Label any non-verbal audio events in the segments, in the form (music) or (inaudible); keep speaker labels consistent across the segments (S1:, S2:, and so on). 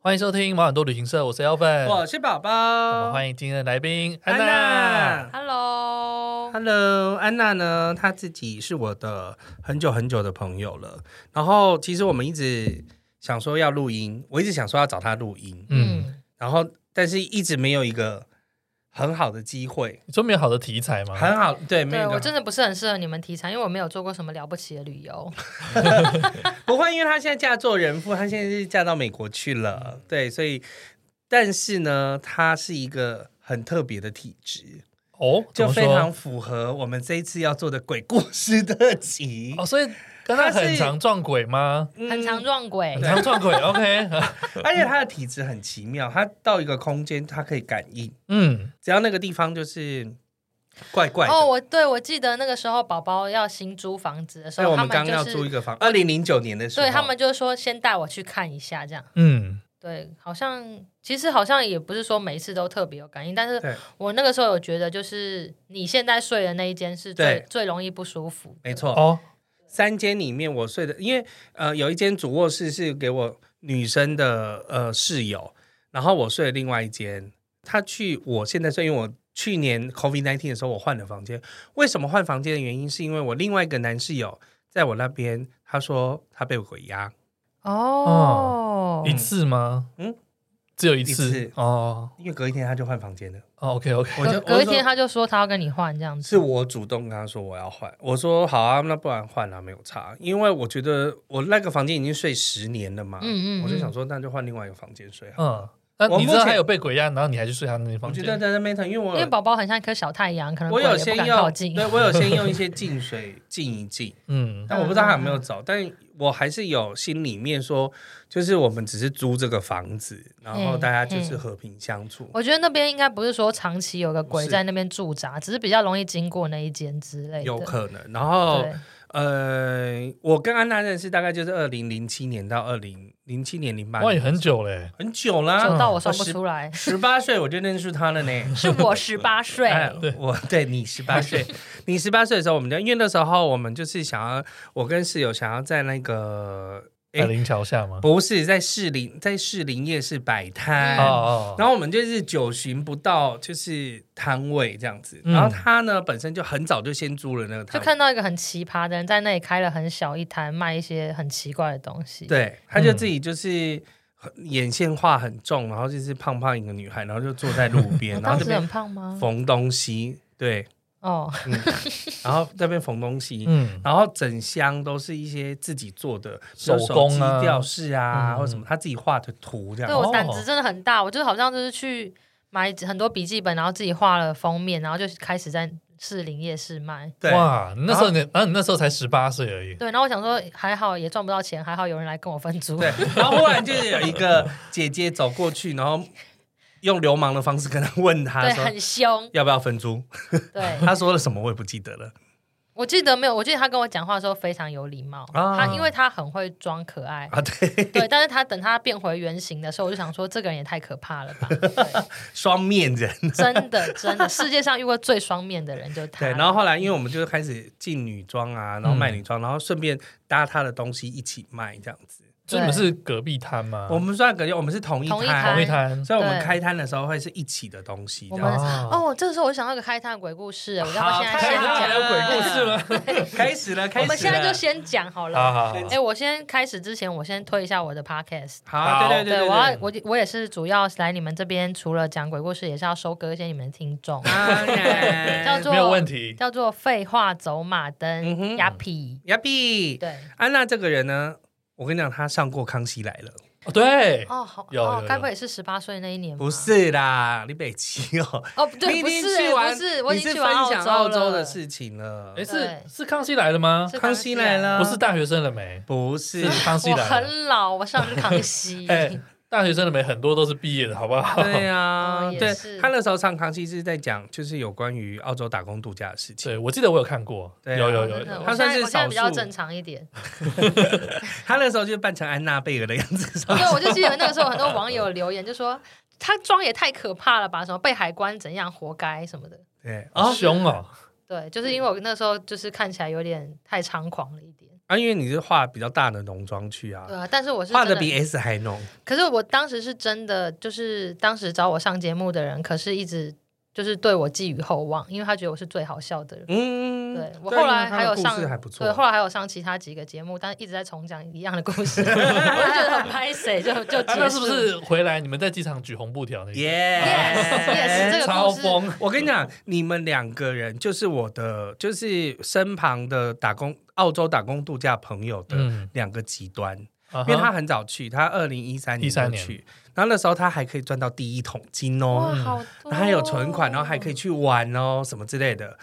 S1: 欢迎收听毛很多旅行社，我是 Elvin。
S2: 我是宝宝，
S1: 我们
S2: 欢
S1: 欢迎今天的来宾安娜。
S2: 安娜。
S3: Hello，
S2: Hello，安娜呢？她自己是我的很久很久的朋友了。然后其实我们一直想说要录音，我一直想说要找她录音，
S1: 嗯，，
S2: 然后但是一直没有一个很好的机会，
S1: 你说没有好的题材吗？
S2: 很好，对，没有一
S3: 对
S2: 个
S3: 我真的不是很适合你们题材，因为我没有做过什么了不起的旅游。
S2: (laughs) 不会，因为她现在嫁做人妇，她现在是嫁到美国去了，对，所以但是呢，她是一个很特别的体质。
S1: 哦，怎
S2: 就
S1: 么
S2: 非
S1: 说
S2: 常符合我们这一次要做的鬼故事特辑。
S1: 哦，所以跟他
S2: 他是
S1: 很常撞鬼吗？
S2: 嗯
S3: 很常撞鬼
S1: 很，常撞
S2: (laughs)
S1: 鬼，OK，
S2: 而且他的体质很奇妙，他到一个空间，他可以感应，
S1: 嗯，
S2: 只要那个地方就是怪怪的。
S3: 哦，我对我记得那个时候宝宝要新租房子的时
S2: 所以
S3: 候，
S2: 我
S3: 他
S2: 们刚
S3: 们
S2: 刚要
S3: 就
S2: 租一
S3: 是
S2: 个房，二零零九年的时候，
S3: 对他们就说先带我去看一下，这样
S1: 嗯，
S3: 对，好像其实好像也不是说每一次都特别有感应，但是
S2: 对
S3: 我那个时候有觉得，就是你现在睡的那一间是最
S2: 对
S3: 最容易不舒服，
S2: 没，错，
S1: 哦，
S2: 三间里面我睡的，因为呃有一间主卧室是给我女生的呃室友，然后我睡另外一间。她去我现在睡，因为我去年 COVID nineteen 的时候我换了房间。为什么换房间的原因，是因为我另外一个男室友在我那边，他说他被鬼压，
S1: 哦
S3: 哦
S1: 一次吗？嗯
S2: 嗯，
S1: 只有一
S2: 一
S1: 次
S2: 次
S1: 哦
S2: 因为隔一天他就换房间了。
S1: 哦，OK OK，
S2: 我就
S3: 隔隔一
S2: 我就
S3: 天他就说他要跟你换这样子，
S2: 是我主动跟他说我要换，我说好啊，那不然换啊，没有差，因为我觉得我那个房间已经睡十年了嘛，
S3: 嗯嗯嗯
S2: 我就想说那就换另外一个房间睡好了。
S1: 嗯，那
S2: 我
S1: 你
S2: 目
S1: 知道他
S2: 前
S1: 有被鬼压，然后你还去睡他那间房
S2: 我觉
S1: 间？
S2: 得在那边疼，因为我
S3: 因为宝宝很像一颗小太阳，可能
S2: 我
S3: 鬼也
S2: 有
S3: 不
S2: 先
S3: 敢靠
S2: 用，
S3: 近。
S2: 对我有先用一些净水浸一浸，
S1: 嗯，
S2: 但我不知道他有没有走，但我还是有心里面说，就是我们只是租这个房子，然后大家就是和平相处。
S3: (laughs) 我觉得那边应该不是说长期有个鬼
S2: 是
S3: 在那边驻扎，只是比较容易经过那一间之类的。
S2: 有可能，哦然后
S3: 对，
S2: 呃，我跟安娜认识大概就是二零零七年到二零零七年零八
S1: 哇，也
S2: 年，
S1: 很久嘞，
S2: 很久啦，
S3: 久到我说
S2: 啊我
S3: 不出来，
S2: (laughs) 十八岁我就认识她了呢。
S3: 嗯 (laughs) 是
S2: (laughs)
S3: 我十八岁，
S2: 哎，我对你十
S1: (laughs)
S2: 八岁，你十八岁的时候，我们就因为那时候我们就是想要，我跟室友想要在那个
S1: 百灵桥下吗？
S2: 不是在士林，在士林夜市摆摊，
S1: 哦
S3: 嗯
S1: 哦，
S2: 然后我们就是久寻不到就是摊位这样子，
S1: 嗯
S2: 然后他呢本身就很早就先租了那个
S3: 就
S2: 摊位，
S3: 看到一个很奇葩的人在那里开了很小一摊，卖一些很奇怪的东西。，
S2: 对，他就自己就是。眼线画很重，然后就是胖胖一个女孩，然后就坐在路边
S3: 我，
S2: 然后
S3: 哦嗯当
S2: 这
S3: 时很
S2: 边
S3: 胖吗？
S2: 缝东西，对，
S3: 哦， (laughs)
S2: 嗯，然后这边缝东西，
S1: 嗯，
S2: 然后整箱都是一些自己做的比如
S1: 手工啊
S2: 手机吊饰啊，
S1: 嗯
S2: 或者什么他自己画的图这样。
S3: 对我胆子真的很大，我就是好像就是去买很多笔记本，然后自己画了封面，然后就开始在士林夜市卖。
S2: 对，
S1: 哇，那时候你，然后你那时候才十八岁而已，
S3: 对，然后我想说还好也赚不到钱，还好有人来跟我分租。
S2: 对，然后忽然就是有一个姐姐走过去，然后用流氓的方式跟他问他
S3: 对，
S2: 说
S3: 很凶。
S2: 要不要分
S3: (laughs)
S2: 租，
S3: 对，
S2: 他说了什么我也不记得了。
S3: 我记得没有，我记得他跟我讲话的时候非常有礼貌。
S2: 啊
S3: 他因为他很会装可爱，
S2: 啊，对，
S3: 对，但是他等他变回原形的时候，我就想说这个人也太可怕
S2: (laughs)
S3: 了吧！对
S2: 双面人。
S3: 真的，真的，世界上遇过最双面的人就是他
S2: 对，
S3: 了。
S2: 然后后来因为我们就开始进女装啊，然后卖女装，
S3: 嗯
S2: 然后顺便搭他的东西一起卖这样子。
S1: 所以你们是隔壁摊吗？
S2: 我们算感觉我们是同一
S3: 嗯同一
S1: 同一
S2: 摊，
S1: 摊，
S2: 所以我们
S3: 对
S2: 开摊的时候会是一起的东西。
S3: 我
S2: 这
S3: 们
S2: 样
S1: 哦，
S3: 哦，这个时候我就想到一个开摊的鬼故事，我要不
S2: 好
S3: 要现在
S2: 开
S3: 先
S2: 摊
S1: 还有
S3: 讲？
S1: 鬼故事吗？(laughs)
S2: (laughs) 开始了，开始啊了。
S3: 我们现在就先讲好
S1: 好
S3: 了。
S1: 好好，
S3: 哎，我先开始之前，我先推一下我的 podcast。
S2: 好，对对对对，
S3: 我要
S2: 对，
S3: 我就我也是主要来你们这边，除了讲鬼故事，也是要收割一些你们的听众
S2: (laughs) 当然
S3: (laughs) 叫做
S1: 没有问题，
S3: 叫做废话走马
S2: 嗯哼
S3: 灯呀皮。
S2: 亚比
S3: 对，
S2: 安啊娜这个人呢，我跟你讲，她上过《康熙来了
S1: 哦对，
S3: 哦好
S1: 有有
S3: 哦
S1: 有，
S3: 该不会也是十八岁那一年》，吧？
S2: 不是啦，你北齐哦，
S3: 哦，
S2: 你
S3: 啊对，
S2: 已
S3: 不
S2: 经
S3: 是
S2: 去
S3: 欸，
S2: 完
S3: 不是，我已
S2: 你
S3: 经
S2: 是
S3: 去
S2: 分
S3: 完
S2: 享
S3: 澳
S2: 澳
S3: 洲
S2: 洲
S3: 了
S2: 的，事情了
S1: 哎，是
S3: 对
S1: 是康熙来了吗？
S3: 是
S2: 康熙来了
S1: 不是大学生了没？
S2: 不是
S1: 是？康熙
S3: 我
S1: 来了，。
S3: 很老，我上的是康熙
S1: 哎大学生的美很多都是毕业的，好不好？
S2: (laughs) 对啊，
S3: 哦也
S2: 对
S3: 是
S2: 他那时候上康熙是在讲，就是有关于澳洲打工度假的事情。
S1: 对我记得我有看过，
S2: 对啊
S1: 有有
S3: 真
S1: 有有
S3: 的
S1: 有
S3: 我
S2: 他
S3: 现
S2: 算
S3: 在
S2: 是
S3: 我现在比
S2: 少
S3: 较
S2: 数
S3: 正常一点，啊
S2: 他那时候就扮成安娜贝尔的样子，
S3: 因为我就记得那个时候很多网友留言就说。他装也太可怕了吧？什么被海关怎样，活该什么的。
S2: 对
S1: 好凶哦，
S3: 对，就是因为我那时候就是看起来有点太猖狂了一点。
S2: (laughs) 啊，因为你是化比较大的浓妆去啊
S3: 对，啊，但是我是
S2: 化
S3: 真
S2: 的
S3: 的
S2: 比 S 还浓，
S3: 可是我当时是真的，就是当时找我上节目的人，可是一直就是对我寄予厚望，因为他觉得我是最好笑的人。
S2: 嗯，
S3: 对我后
S2: 因
S3: 来
S2: 为他的
S3: 还有
S2: 故事
S3: 上，
S2: 还不错，
S3: 对，后来还有上其他几个节目，但一直在重讲一样的故
S1: (laughs)
S3: 事，我就觉得很拍谁就就
S1: 啊
S3: 结束。
S1: 那 (laughs) 是不是回来你们在机场举红布条那个？
S2: 耶
S3: (laughs) Yes，yes，这个
S1: 超
S3: 故事
S1: 疯，
S2: 我跟你讲，你们两个人就是我的，就是身旁的打工澳洲打工度假朋友的
S1: 嗯，啊
S2: 两个极端，
S1: 因
S2: 因为他很早去，他二零一三年
S1: 13
S2: 就
S1: 年
S2: 去，然后那时候他还可以赚到第一桶金
S3: 哇，哦
S2: 哦，
S1: 嗯
S3: 好多、
S2: 然后还有存款，然后还可
S3: 以。
S2: 以去玩哦，什么之类的。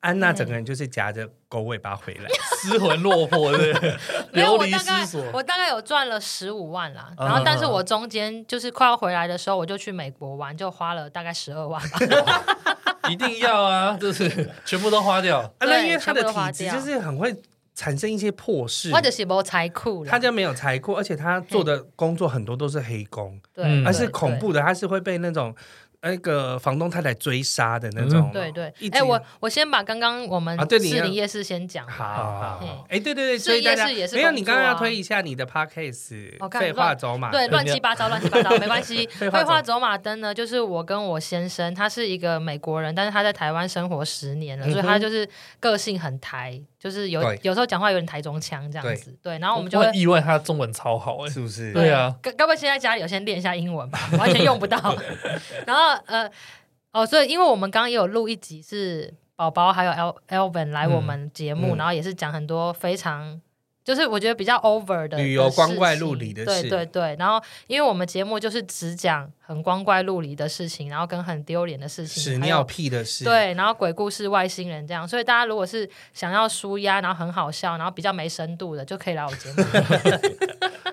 S2: 安娜
S3: 嗯
S2: 整个人就是夹着狗尾巴回
S3: (laughs)
S2: 来，啊
S1: 失魂落魄，对不对，
S3: 没有，
S1: 流
S3: 我
S1: 离
S3: 大
S1: 失
S3: 概
S1: 所。
S3: 我大概有赚了十五万啦，
S1: 嗯
S3: 然后但是我中间就是快要回来的时候，我就去美国玩，就花了大概十二万吧。
S1: 一定要啊， (laughs) 就是全部都花掉。
S2: 啊，那因为他的
S3: 全部都花
S2: 体质
S3: 掉
S2: 就是很会产生一些破事
S3: 我，就是没财库了，
S2: 他就没有裁过，而且他做的工作很多都是黑工，
S3: 对，
S1: 嗯
S2: 而
S3: 对
S2: 是恐
S3: 对
S2: 怖的，他是会被那种那个房东太太追杀的那种。
S3: 对对
S2: 一，直
S3: 哎，我我先把刚刚我们
S2: 哦啊对你
S3: 士
S2: 要
S3: 林夜市先讲，
S2: 好好
S3: 嘿
S2: 好，哎，对对对，
S3: 是
S2: 所以大家
S3: 夜市嗯也是
S2: 没有，
S3: 工作啊
S2: 你刚刚要推一下你的 podcast
S3: 哦干
S2: 废话走马
S3: 对，
S2: 灯，
S3: 乱七八糟，乱七八糟，没关系。
S2: (laughs) 废话
S3: 绘
S2: 走
S3: 画走马灯呢，就是我跟我先生，他是一个美国人，但是他在台湾生活十年了，
S2: 嗯哼
S3: 所以他就是个性很台，就是有
S2: 对
S3: 有时候讲话有点台中腔这样子。对，然后我们就
S1: 我
S3: 会
S1: 很。意外，他中文超好哎，
S2: 是不是？
S1: 对啊
S3: 该，该不会现在家里有先练一下英文吧？完全用不到。 (laughs) 然后呃，哦，所以因为我们刚刚也有录一集是宝宝还有 El Elvin 来我们节目，
S2: 嗯嗯
S3: 然后也是讲很多非常。就是我觉得比较 over 的
S2: 旅游
S3: 的事情
S2: 光怪陆离的事
S3: 对对对。然后，因为我们节目就是只讲很光怪陆离的事情，然后跟很丢脸的事情，
S2: 屎
S3: 还有
S2: 尿屁的事，，
S3: 对，然后鬼故事、外星人这样，所以大家如果是想要舒压，然后很好笑，然后比较没深度的，就可以来我节目。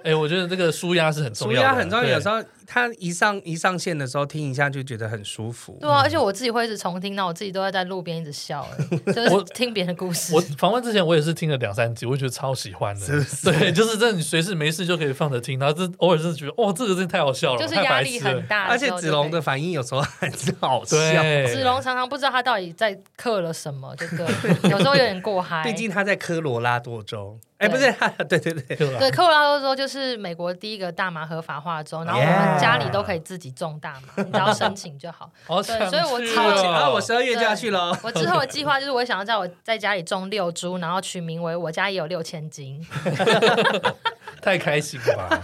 S1: 哎，我觉得这个舒压是很重
S2: 舒
S1: 要的，
S2: 压啊很重要。
S1: 对
S2: 有时候他一上一上线的时候，听一下就觉得很舒服。
S3: 对啊，
S1: 嗯
S3: 而且我自己会一直重听，那我自己都会在路边一直笑，
S1: (laughs)
S3: 哎就
S1: 我
S3: 是听别人的故事
S1: 我。访问之前，我也是听了两三集，我觉得超喜欢的。
S2: 是不
S1: 对，就是这你随时没事就可以放着听，然后这偶尔真的觉得，哇，这个真的太好笑了，
S3: 就是
S1: 太
S3: 压
S1: 白
S3: 力
S1: 痴
S3: 很
S1: 了。
S3: 大
S2: 而
S3: 的啊时
S2: 且
S3: 候就可以，
S2: 子龙的反应有时候很好笑，
S1: 对，
S3: 子龙常常不知道他到底在刻了什么， (laughs) 就对，有时候有点过
S2: (laughs)
S3: 嗨。
S2: 毕竟他在科罗拉多州，哎，不
S3: 对
S2: 是，他对对对，
S1: 对吧啊
S3: 对，科罗拉多州就是美国第一个大麻合法化州，然后我
S2: Yeah
S3: 们家里都可以自己种大麻，
S1: (laughs)
S3: 你只要申请就好。
S1: 好想去哦，
S3: 对所以我
S2: 好
S3: 超
S2: 奇
S3: 级
S2: 啊，我十二月就要去喽。
S3: 我之后的计划就是，我想要在我在家里种六株，然后取名为“我家也有六千斤”。 (laughs)
S1: 太开心了吧？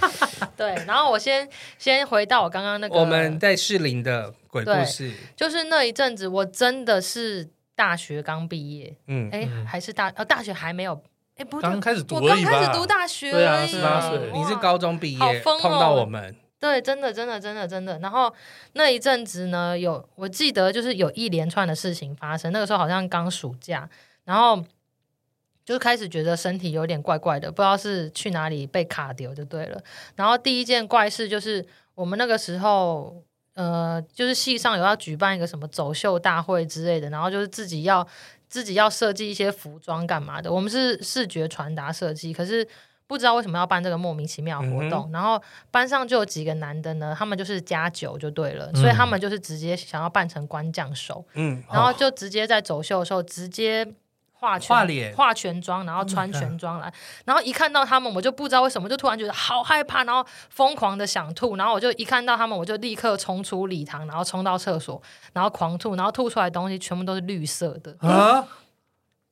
S3: 对，然后我先先回到我刚刚那个，
S2: 我们在士林的鬼故事，
S3: 就是那一阵子，我真的是大学刚毕业，
S2: 嗯，
S3: 哎、
S1: 嗯
S3: 还是大呃大学还没有，哎不对
S1: 刚，开始读
S3: 我
S1: 而
S3: 刚
S1: 已
S3: 开
S1: 吧
S3: 始读。大学
S1: 对啊
S3: 而已
S1: 18岁
S3: 哇
S2: 你是高中毕
S3: 好
S2: 业
S3: 疯哦
S2: 碰到我们，
S3: 对，真的真的真的真的。然后那一阵子呢，有我记得就是有一连串的事情发生，那个时候好像刚暑假，然后。就开始觉得身体有点怪怪的，不知道是去哪里被卡丢就对了。然后第一件怪事就是我们那个时候，呃，就是系上有要举办一个什么走秀大会之类的，然后就是自己要自己要设计一些服装干嘛的。我们是视觉传达设计，可是不知道为什么要办这个莫名其妙的活动。然后班上就有几个男的呢，他们就是加酒就对了，所以他们就是直接想要扮成官将手，
S2: 嗯，
S3: 然后就直接在走秀的时候直接化全
S2: 化脸
S3: 化全妆，然后穿全妆来，然后一看到他们，我就不知道为什么，就突然觉得好害怕，然后疯狂的想吐，然后我就一看到他们，我就立刻冲出礼堂，然后冲到厕所，然后狂吐，然后吐出来的东西全部都是绿色的。
S1: 啊，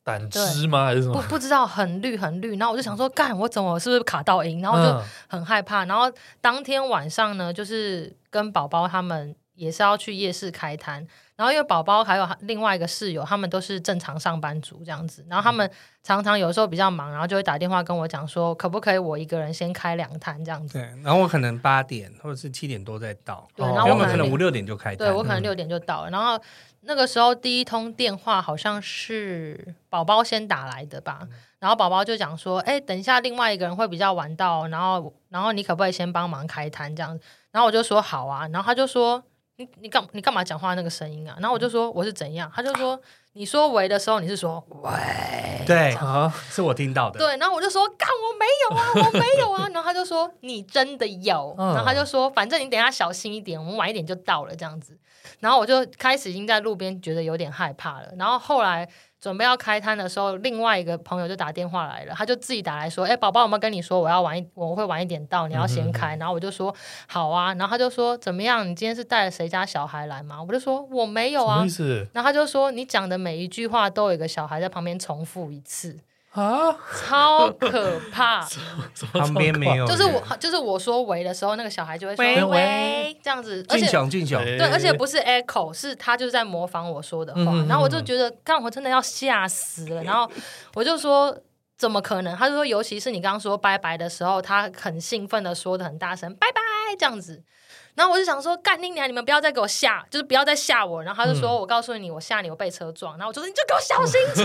S1: 胆汁吗？还是什
S3: 不
S1: 么？
S3: 不知道很绿很绿，然后我就想说，干我怎么是不是卡到音？然后我
S1: 嗯
S3: 就很害怕。然后当天晚上呢，就是跟宝宝他们也是要去夜市开摊，然后因为宝宝还有另外一个室友，他们都是正常上班族这样子，
S2: 嗯
S3: 然后他们常常有时候比较忙，然后就会打电话跟我讲说，可不可以我一个人先开两摊这样子。
S2: 对，然后我可能八点或者是七点多再到，
S3: 对，
S4: 哦
S2: 因
S3: 然后
S2: 为
S3: 我
S2: 我们
S3: 可
S2: 可能
S3: 能
S2: 五六点就开
S3: 对
S2: 单
S3: 我可能
S2: 嗯
S3: 六点就到了，然后那个时候第一通电话好像是宝宝先打来的吧，
S2: 嗯
S3: 然后宝宝就讲说，哎，等一下另外一个人会比较晚到，然后然后你可不可以先帮忙开摊这样子？然后我就说好啊，然后他就说你你干你干嘛讲话那个声音啊？然后
S2: 嗯
S3: 我就说我是怎样？他就说你说喂的时候你是说喂，
S2: 对，
S1: 啊
S2: 是我听到的。
S3: 对，然后我就说干我没有啊，我没有啊， (laughs) 然后他就说你真的有，
S2: 嗯
S3: 然后他就说反正你等一下小心一点，我们晚一点就到了这样子。然后我就开始已经在路边觉得有点害怕了，然后后来准备要开摊的时候，另外一个朋友就打电话来了，他就自己打来说：“哎、宝宝，有没有跟你说我要晚一，我会晚一点到，你要先开。然后我就说：“好啊。”然后他就说：“怎么样？你今天是带了谁家小孩来吗？”我就说：“我没有
S1: 什么
S3: 啊
S1: 意。”思
S3: 然后他就说：“你讲的每一句话都有一个小孩在旁边重复一次。”
S1: 啊？
S3: 超可怕！
S1: 什么
S2: 旁边
S1: 状况
S2: 没有人，
S3: 就是我，就是我说喂的时候，那个小孩就会说
S2: 喂
S3: 喂这样子，而
S2: 俊
S3: 且
S2: 雄，俊雄，
S1: 哎
S3: 对，而且不是 echo，是他就是在模仿我说的话。
S2: 嗯嗯嗯
S3: 然后我就觉得，干，我真的要吓死了。然后我就说。怎么可能？他就说，尤其是你刚刚说拜拜的时候，他很兴奋的说的很大声，拜拜这样子。然后我就想说，干你娘！你们不要再给我吓，就是不要再吓我。然后他就
S2: 嗯
S3: 说，我告诉你，我吓你，我被车撞。然后我就说，你就给我小心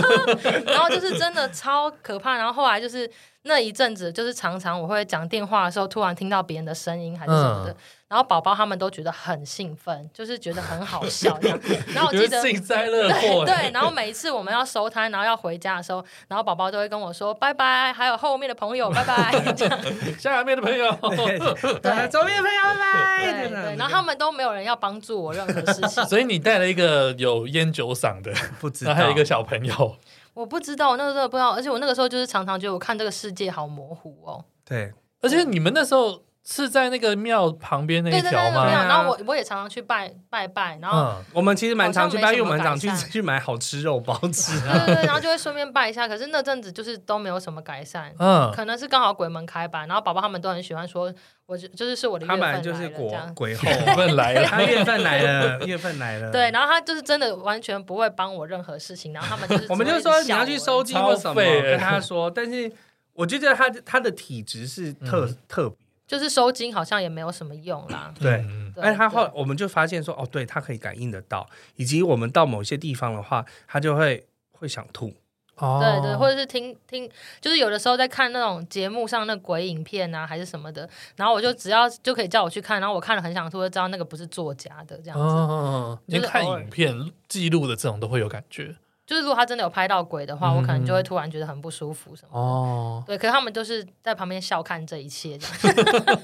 S2: (laughs)
S3: 车。然后就是真的超可怕。然后后来就是那一阵子，就是常常我会讲电话的时候，突然听到别人的声音还是什么的。
S2: 嗯
S3: 然后宝宝他们都觉得很兴奋，就是觉得很好笑 (laughs) 这样。然后我
S1: 你
S3: 记
S1: 们
S3: 得
S1: 幸灾乐祸，
S3: 对，然后每一次我们要收摊，然后要回家的时候，然后宝宝都会跟我说拜拜，还有后面的朋友拜 (laughs) 拜。这样
S1: (laughs) 下面的朋友，
S3: 对
S2: 左边朋友，拜
S3: 对对，然后他们都没有人要帮助我任何事情。
S1: (laughs) 所以你带了一个有烟酒嗓的，
S2: 不知
S1: 然
S2: 道，
S1: 后还有一个小朋友，
S3: 我不知道，我那个时候不知道，而且我那个时候就是常常觉得我看这个世界好模糊哦。
S2: 对，
S1: 而且你们那时候是在那个庙旁边那
S3: 对
S1: 一
S3: 对对，对
S1: 条
S3: 对
S1: 吗？
S2: 对啊
S3: 然后我我也常常去拜拜拜，然后。
S1: 嗯，
S2: 我们其实蛮常去拜，
S3: 好像没什么
S2: 因为我们常去
S3: 改善
S2: 去买好吃肉包吃
S3: (laughs) 对
S2: 啊。
S3: 对对，然后就会顺便拜一下，可是那阵子就是都没有什么改善，
S1: 嗯，
S3: 可能是刚好鬼门开吧，然后宝宝他们都很喜欢说，我就就是是我的月
S2: 他
S3: 份
S2: 本来
S3: 来
S2: 就是
S3: 了这
S2: 国
S3: 样
S2: 鬼后，
S1: 我们来了，
S2: 他月份来了，月份来了。
S3: (laughs) 对，，然后他就是真的完全不会帮我任何事情，然后他
S2: (laughs)
S3: 们就是
S2: 我们
S3: 只
S2: 就
S3: 会一直
S2: 说你
S3: 笑
S2: 要去
S3: 我
S2: 收金
S1: 超
S2: 或什么，
S1: 废
S3: 欸
S2: 跟他说。但是我就觉得他他的体质是特特别，
S3: 就是收金好像也没有什么用啦。
S2: 对。
S1: 嗯，
S3: 对
S2: 而哎且他后
S3: 对
S2: 来我们就发现说，哦，对他可以感应得到，以及我们到某些地方的话，他就会会想吐。 (laughs)
S1: 哦
S3: 对对，或者是听听，就是有的时候在看那种节目上那鬼影片啊，还是什么的，然后我就只要就可以叫我去看，然后我看了很想吐，就知道那个不是作家的这样子。
S2: 哦
S1: 嗯，
S3: 就
S1: 连
S3: 是
S1: 看
S3: 偶尔
S1: 影片记录的这种都会有感觉
S3: 就是如果他真的有拍到鬼的话，我可能
S2: 嗯
S3: 就会突然觉得很不舒服什么。
S1: 哦。
S3: 对，可是他们就是在旁边笑看这一切这样。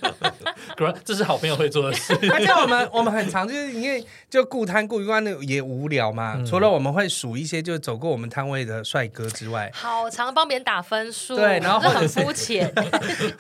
S1: 果然这是好朋友会做的事，
S2: 而且我们我们很常就是因为就顾摊顾一关的也无聊嘛，
S1: 嗯
S2: 除了我们会数一些就走过我们摊位的帅哥之外，
S3: 好常帮别人打分数，
S2: 对然后
S3: 这
S2: 或者
S3: 很
S2: 是 (laughs)
S3: 肤浅。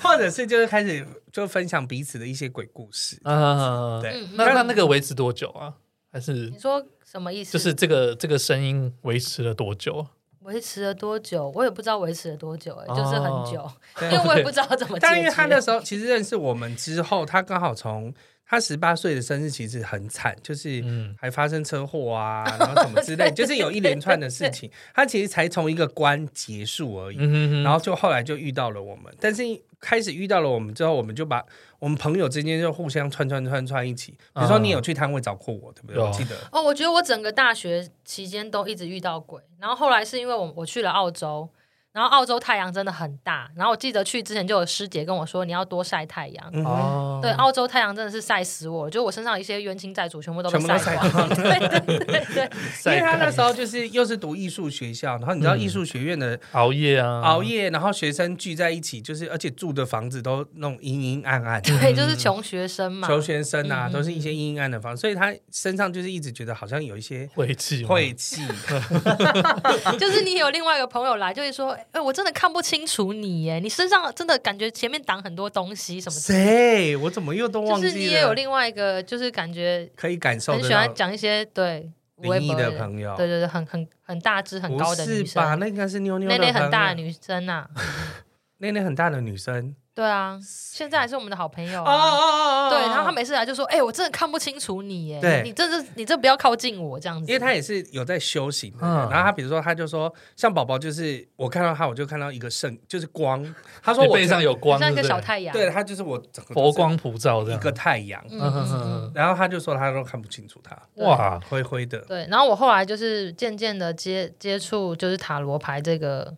S2: 或者是就是开始就分享彼此的一些鬼故事。
S1: 嗯，
S2: 对，
S3: 嗯
S1: 那那那个维持多久啊？还是
S3: 你说什么意思？
S1: 就是这个这个声音维持了多久？啊
S3: 维持了多久？我也不知道维持了多久、哎、
S1: 哦
S3: 就是很久，
S2: 对
S3: 因为我也不知道怎么解决。
S2: 但因为他那时候其实认识我们之后，他刚好从他十八岁的生日其实很惨，就是
S1: 嗯
S2: 还发生车祸啊，然后什么
S1: (laughs)
S2: 之类，就是有一连串的事情。他其实才从一个关结束而已，
S1: 嗯哼哼，
S2: 然后就后来就遇到了我们，但是开始遇到了我们之后，我们就把我们朋友之间就互相串串串串一起。比如说
S1: 嗯
S2: 你有去摊位找过我，对不对？
S1: 有
S2: 我记得
S3: 哦，我觉得我整个大学期间都一直遇到鬼，然后后来是因为我我去了澳洲，然后澳洲太阳真的很大，然后我记得去之前就有师姐跟我说你要多晒太阳。
S2: 嗯哼，
S1: 哦，
S3: 对，澳洲太阳真的是晒死我，就我身上一些冤亲债主全部都被
S2: 全部都
S3: 晒
S2: 晒
S3: 光。 (laughs) 对对对对，
S2: 因
S1: 晒
S2: 为他那
S1: 干
S2: 时候就是又是读艺术学校，然后你知道
S1: 嗯
S2: 艺术学院的
S1: 熬夜啊，
S2: 熬夜，然后学生聚在一起，就是而且住的房子都那种阴阴暗暗。
S3: 对，就是穷学生嘛。
S2: 求嗯学生啊，
S3: 嗯嗯
S2: 都是一些阴阴暗的房子，所以他身上就是一直觉得好像有一些
S1: 晦气吗
S2: 晦气， (laughs)
S3: 就是你有另外一个朋友来，就会说：“哎、我真的看不清楚你耶，你身上真的感觉前面挡很多东西什么的。
S2: 谁？我怎么又都”
S3: 就
S2: 忘记
S3: 是
S2: 了？
S3: 你也有另外一个，就是感觉
S2: 可以感受
S3: 很
S2: 得
S3: 喜欢
S2: 到
S3: 讲一些对微
S2: 灵异
S3: 博
S2: 的朋友，
S3: 对对对，很很很大只很
S2: 不
S3: 高的
S2: 是
S3: 女
S2: 吧？
S3: 生，
S2: 那应该是妞妞
S3: 内内
S2: 朋友
S3: 很大的女生啊，
S2: 内内很大的女生，(laughs)
S3: 对啊，现在还是我们的好朋友、
S2: 哦哦
S3: 啊。
S2: 哦哦，
S3: 对，然后他每次来就说：“哎、我真的看不清楚你，哎
S2: 对，
S3: 你这是你这不要靠近我这样子。”
S2: 因为他也是有在修行的人，
S4: 嗯
S2: 然后他比如说他就说，像宝宝就是我看到他，我就看到一个圣，就是光。他说
S1: 你
S2: 我
S1: 背上有光，
S3: 像一个
S1: 对不对
S3: 小太阳，
S2: 对他就是我整个
S1: 佛光普照这
S2: 就是
S1: 样
S2: 一。个太阳，
S3: 嗯，
S1: 嗯
S3: 嗯
S1: 哼哼
S3: 嗯
S1: 哼
S2: 然后他就说他都看不清楚他，
S3: 对
S1: 哇，
S2: 灰灰的，
S3: 对，然后我后来就是渐渐的接接触，就是塔罗牌这个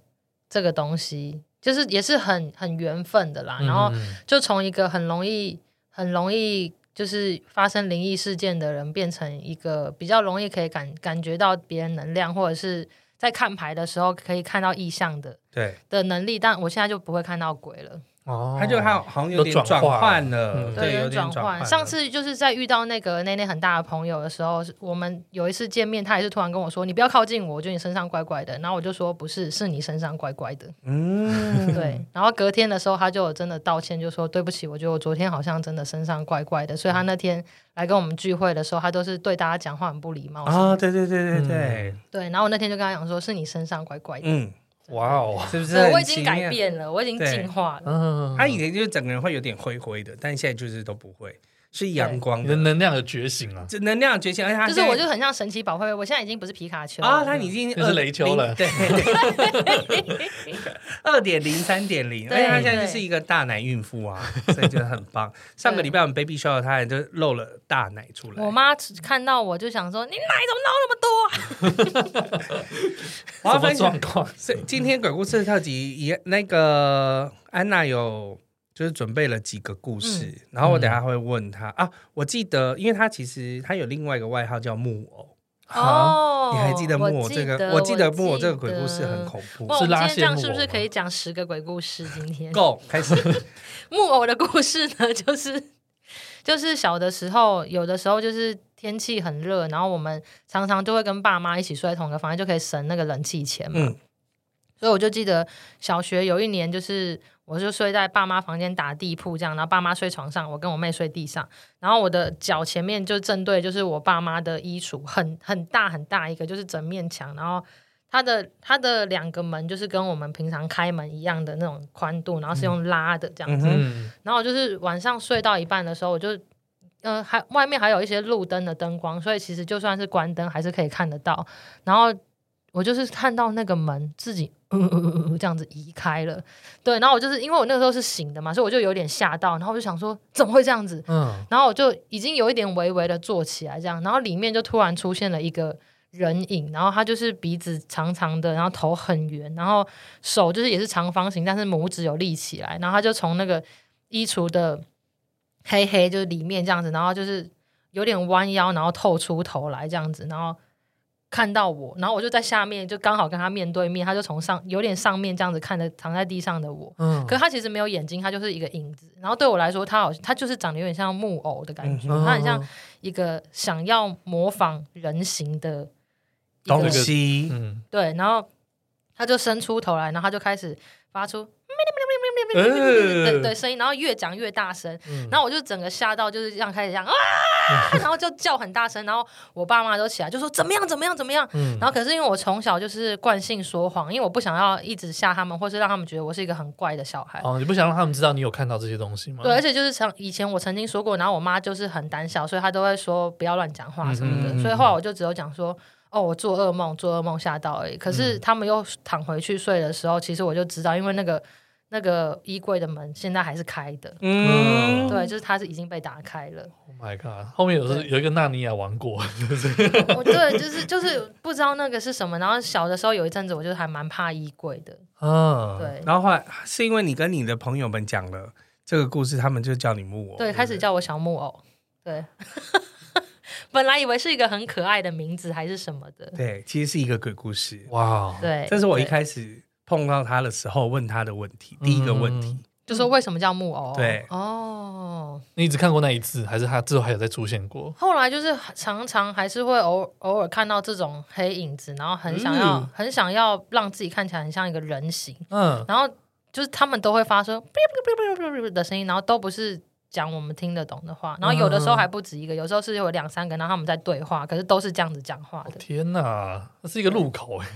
S3: 这个东西，就是也是很很缘分的啦。然后
S1: 嗯
S3: 就从一个很容易很容易就是发生灵异事件的人，变成一个比较容易可以感感觉到别人能量，或者是在看牌的时候可以看到意象的
S2: 对，
S3: 的能力。但我现在就不会看到鬼了，
S1: 哦，
S2: 他就还好像有点
S1: 有转
S2: 转
S1: 化
S2: 换了，
S1: 嗯
S2: 对，有点
S3: 转
S2: 转换了。
S3: 上次就是在遇到那个内内很大的朋友的时候，是我们有一次见面，他也是突然跟我说：“你不要靠近我，我觉得你身上怪怪的。”然后我就说：“不是，是你身上怪怪的。
S2: 嗯，
S3: (laughs) 对。然后隔天的时候，他就有真的道歉，就说：“对不起，我觉得我昨天好像真的身上怪怪的。”所以他那天来跟我们聚会的时候，他都是对大家讲话很不礼
S1: 哦
S3: 貌。
S2: 啊，对对对对对，
S3: 对。然后我那天就跟他讲说：“是你身上怪怪的。
S2: 嗯，
S1: 哇哦，
S2: 是不是
S3: 对，我
S2: 很
S3: 已
S2: 奇
S3: 经改
S2: 妙？
S3: 变了，我已经
S2: 对
S3: 进化了。
S1: 嗯，
S2: 他以前就是整个人会有点灰灰的，但现在就是都不会，是阳光
S1: 你的
S2: 的，
S1: 能量有觉醒啊了，
S2: 这能量觉醒，而且他
S3: 就是
S2: 现在
S3: 我就很像神奇宝贝，我现在已经不是皮卡丘
S2: 啊，
S3: 了
S2: 他
S3: (laughs)
S2: 已经
S1: 那是雷丘了
S2: 20对， (laughs) 二点零、三点零，而
S3: 对
S2: 且他现在就是一个大奶孕妇啊，所以觉得很棒。上个礼拜我们 baby shower，他还就露了大奶出来。
S3: 我妈看到我就想说：“你奶怎么闹那么多啊
S2: 我
S1: 什
S2: 要
S1: 么
S2: 分享
S1: 状，况？
S2: 所以今天鬼故事特辑也那个安娜有。就是准备了几个故事，
S3: 嗯
S2: 然后我等一下会问她啊。我记得，因为她其实她有另外一个外号叫木偶，
S3: 哦，
S2: 啊你还记得木偶这个？我记得木偶这个鬼故事很
S3: 怖。
S2: 恐怖
S3: 哇，。我
S1: 是
S3: 们
S1: 拉
S3: 今天这样
S1: 线木
S3: 是不是
S1: 偶
S3: 可
S1: 吗
S3: 以讲十个鬼故事？今
S2: (laughs)
S3: 天
S2: Go 开始，
S3: 木偶的故事呢，就是 (laughs) 就是小的时候，有的时候就是天气很热，然后我们常常就会跟爸妈一起睡在同一个房间，就可以省那个冷气钱嘛。
S2: 嗯
S3: 所以我就记得小学有一年，就是我就睡在爸妈房间打地铺这样，然后爸妈睡床上，我跟我妹睡地上，然后我的脚前面就正对就是我爸妈的衣橱，很很大很大一个，就是整面墙，然后。它的它的两个门就是跟我们平常开门一样的那种宽度，然后是用拉的这样
S2: 嗯
S3: 子。
S2: 哼，
S1: 嗯，
S3: 然后我就是晚上睡到一半的时候，我就呃还外面还有一些路灯的灯光，所以其实就算是关灯还是可以看得到。然后我就是看到那个门自己。呃呃呃呃这样子移开了，对，然后我就是因为我那个时候是醒的嘛，所以我就有点吓到，然后我就想说怎么会这样子，
S1: 嗯，
S3: 然后我就已经有一点微微的坐起来，这样，然后里面就突然出现了一个人影，然后他就是鼻子长长的，然后头很圆，然后手就是也是长方形，但是拇指有立起来，然后他就从那个衣橱的黑黑就是里面这样子，然后就是有点弯腰，然后透出头来这样子，然后。看到我，然后我就在下面，就刚好跟他面对面，他就从上有点上面这样子看着躺在地上的我，
S1: 嗯，
S3: 可他其实没有眼睛，他就是一个影子。然后对我来说，他好，他就是长得有点像木偶的感觉，
S1: 嗯
S3: 他很像，一个想要模仿人形的一个
S2: 东西，
S1: 嗯，
S3: 对，然后他就伸出头来，然后他就开始发
S1: 嗯
S3: 出对
S1: 对
S3: 对，声音，然后越讲越大声，
S1: 嗯
S3: 然后我就整个吓到，就是这样开始这样啊，然后就叫很大声，然后我爸妈都起来就说怎么样怎么样怎么样，
S1: 嗯
S3: 然后可是因为我从小就是惯性说谎，因为我不想要一直吓他们，或是让他们觉得我是一个很怪的小孩，
S1: 哦，你不想让他们知道你有看到这些东西吗？
S3: 对，而且就是曾以前我曾经说过，然后我妈就是很胆小，所以她都会说不要乱讲话什么的。
S1: 嗯嗯嗯嗯
S3: 所以后来我就只有讲说，哦，我做噩梦，做噩梦吓到而已。可是他们又躺回去睡的时候，其实我就知道，因为那个那个衣柜的门现在还是开的，
S2: 嗯，
S3: 对，就是它是已经被打开了。
S1: ，Oh my god，后面有时候有一个纳尼亚王国，
S3: 我 (laughs) 对，就是就是不知道那个是什么。然后小的时候有一阵子，我就还蛮怕衣柜的，
S1: 嗯，，
S3: 对。
S2: 然后后来是因为你跟你的朋友们讲了这个故事，他们就叫你木偶。
S3: 对，开始叫我小木偶。对， (laughs) 本来以为是一个很可爱的名字还是什么的。
S2: 对，其实是一个鬼故事。
S1: 哇，哦
S3: 对，
S2: 这是我一
S3: 对
S2: 开始碰到他的时候问他的问题，第一个问题。
S3: 就说为什么叫木偶？
S2: 嗯对
S3: 哦，
S1: 你只看过那一次，还是他之后还有再出现过？
S3: 后来就是常常还是会偶偶尔看到这种黑影子，然后很想要、
S2: 嗯
S3: 很想要让自己看起来很像一个人形，
S1: 嗯，
S3: 然后就是他们都会发出 “biu biu biu biu biu biu” 的声音，然后都不是。讲我们听得懂的话，然后有的时
S2: 嗯
S3: 候还不止一个，有时候是有两三个，然后他们在对话，可是都是这样子讲话的。
S1: 天哪，那是一个路口哎，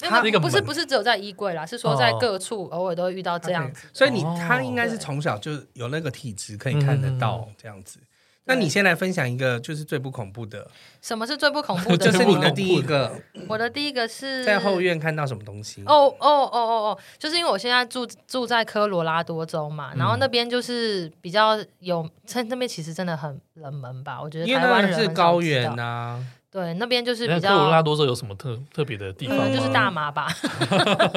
S3: 没
S1: 它
S3: 有
S1: 是一个
S3: 没有，不是
S1: 门
S3: 不是只有在衣柜啦，是说在
S1: 哦
S3: 各处偶尔都会遇到这样子。
S2: 所以你
S1: 哦
S2: 他应该是从小就有那个体质，可以看得到这样子。那你先来分享一个，就是最不恐怖的，
S3: 什么是最
S2: (laughs)
S3: 不恐怖的
S2: 这
S3: 呢？
S2: 是你的
S1: 恐
S2: 第一个，
S3: 我的第一个是
S2: 在后。院看到什么东西？
S3: 嗯哦哦哦哦哦，就是因为我现在住住在科罗拉多州嘛，然后
S2: 嗯
S3: 那边就是比较有，在那边其实真的很冷门吧，我觉得
S2: 因为
S3: 台
S2: 那
S3: 湾
S2: 个
S3: 人
S2: 是
S3: 很少
S2: 高
S3: 知
S2: 原啊
S3: 道
S2: 呐、
S3: 对，那边就是
S1: 那
S3: 比
S1: 科罗拉
S3: 较，
S1: 多州有什么特特别的地方吗？
S3: 嗯，就是大麻吧，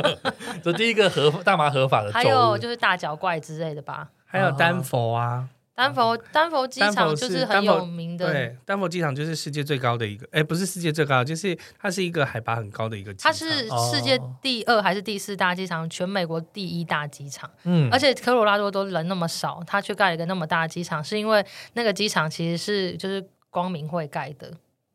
S1: (laughs) 这第一个合大麻合法的州，
S3: 还有就是大脚怪之类的吧。
S2: 还有丹佛啊，
S3: 丹佛丹佛机
S2: 丹佛
S3: 场
S2: 是
S3: 就是
S2: 丹
S3: 很
S2: 佛
S3: 有名的，
S2: 对，丹佛机场就是世界最高的一个，哎，不是世界最高，就是它是一个海拔很高的一个机场。
S3: 它是
S1: 哦
S3: 世界第二还是第四大机场？全美国第一大机场。
S1: 嗯
S3: 而且科罗拉多都人那么少，他去盖一个那么大的机场，是因为那个机场其实是就是光明会盖的，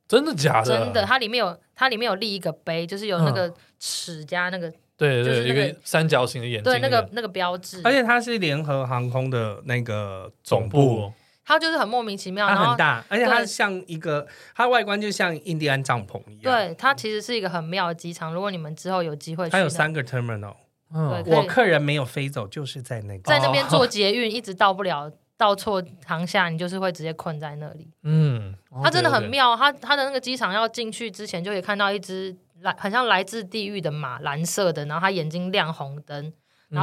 S1: 真的假的？
S3: 真的，，它里面有它里面有立一个碑，就是有那
S2: 嗯
S3: 个尺加那个、
S1: 对
S3: 就是
S1: 对，一
S3: 那个
S1: 个三角形的眼睛，
S3: 对那个那个标志，
S2: 而且它是联合航空的那个
S1: 总
S2: 总
S1: 部
S2: 部，
S1: 哦，
S3: 它就是很莫名其妙，
S2: 它
S3: 然
S2: 很
S3: 后。
S2: 大，而且它
S3: 对
S2: 像一个，它外观就像印第安帐篷一样。
S3: 对，它其实是一个很妙的机场。如果你们之后有机会去，
S2: 它有，三个 terminal，
S1: 嗯
S3: 对可以
S2: 我客人没有飞走，就是在那
S3: 在
S2: 个。
S3: 那边坐捷运一直到不了，到错航下，你就是会直接困在那里。
S1: 嗯，
S3: 它真的很
S1: OK，OK，
S3: 妙，它它的那个机场要进去之前就可以看到一只来很像来自地狱的马，蓝色的，然后它眼睛亮红灯，然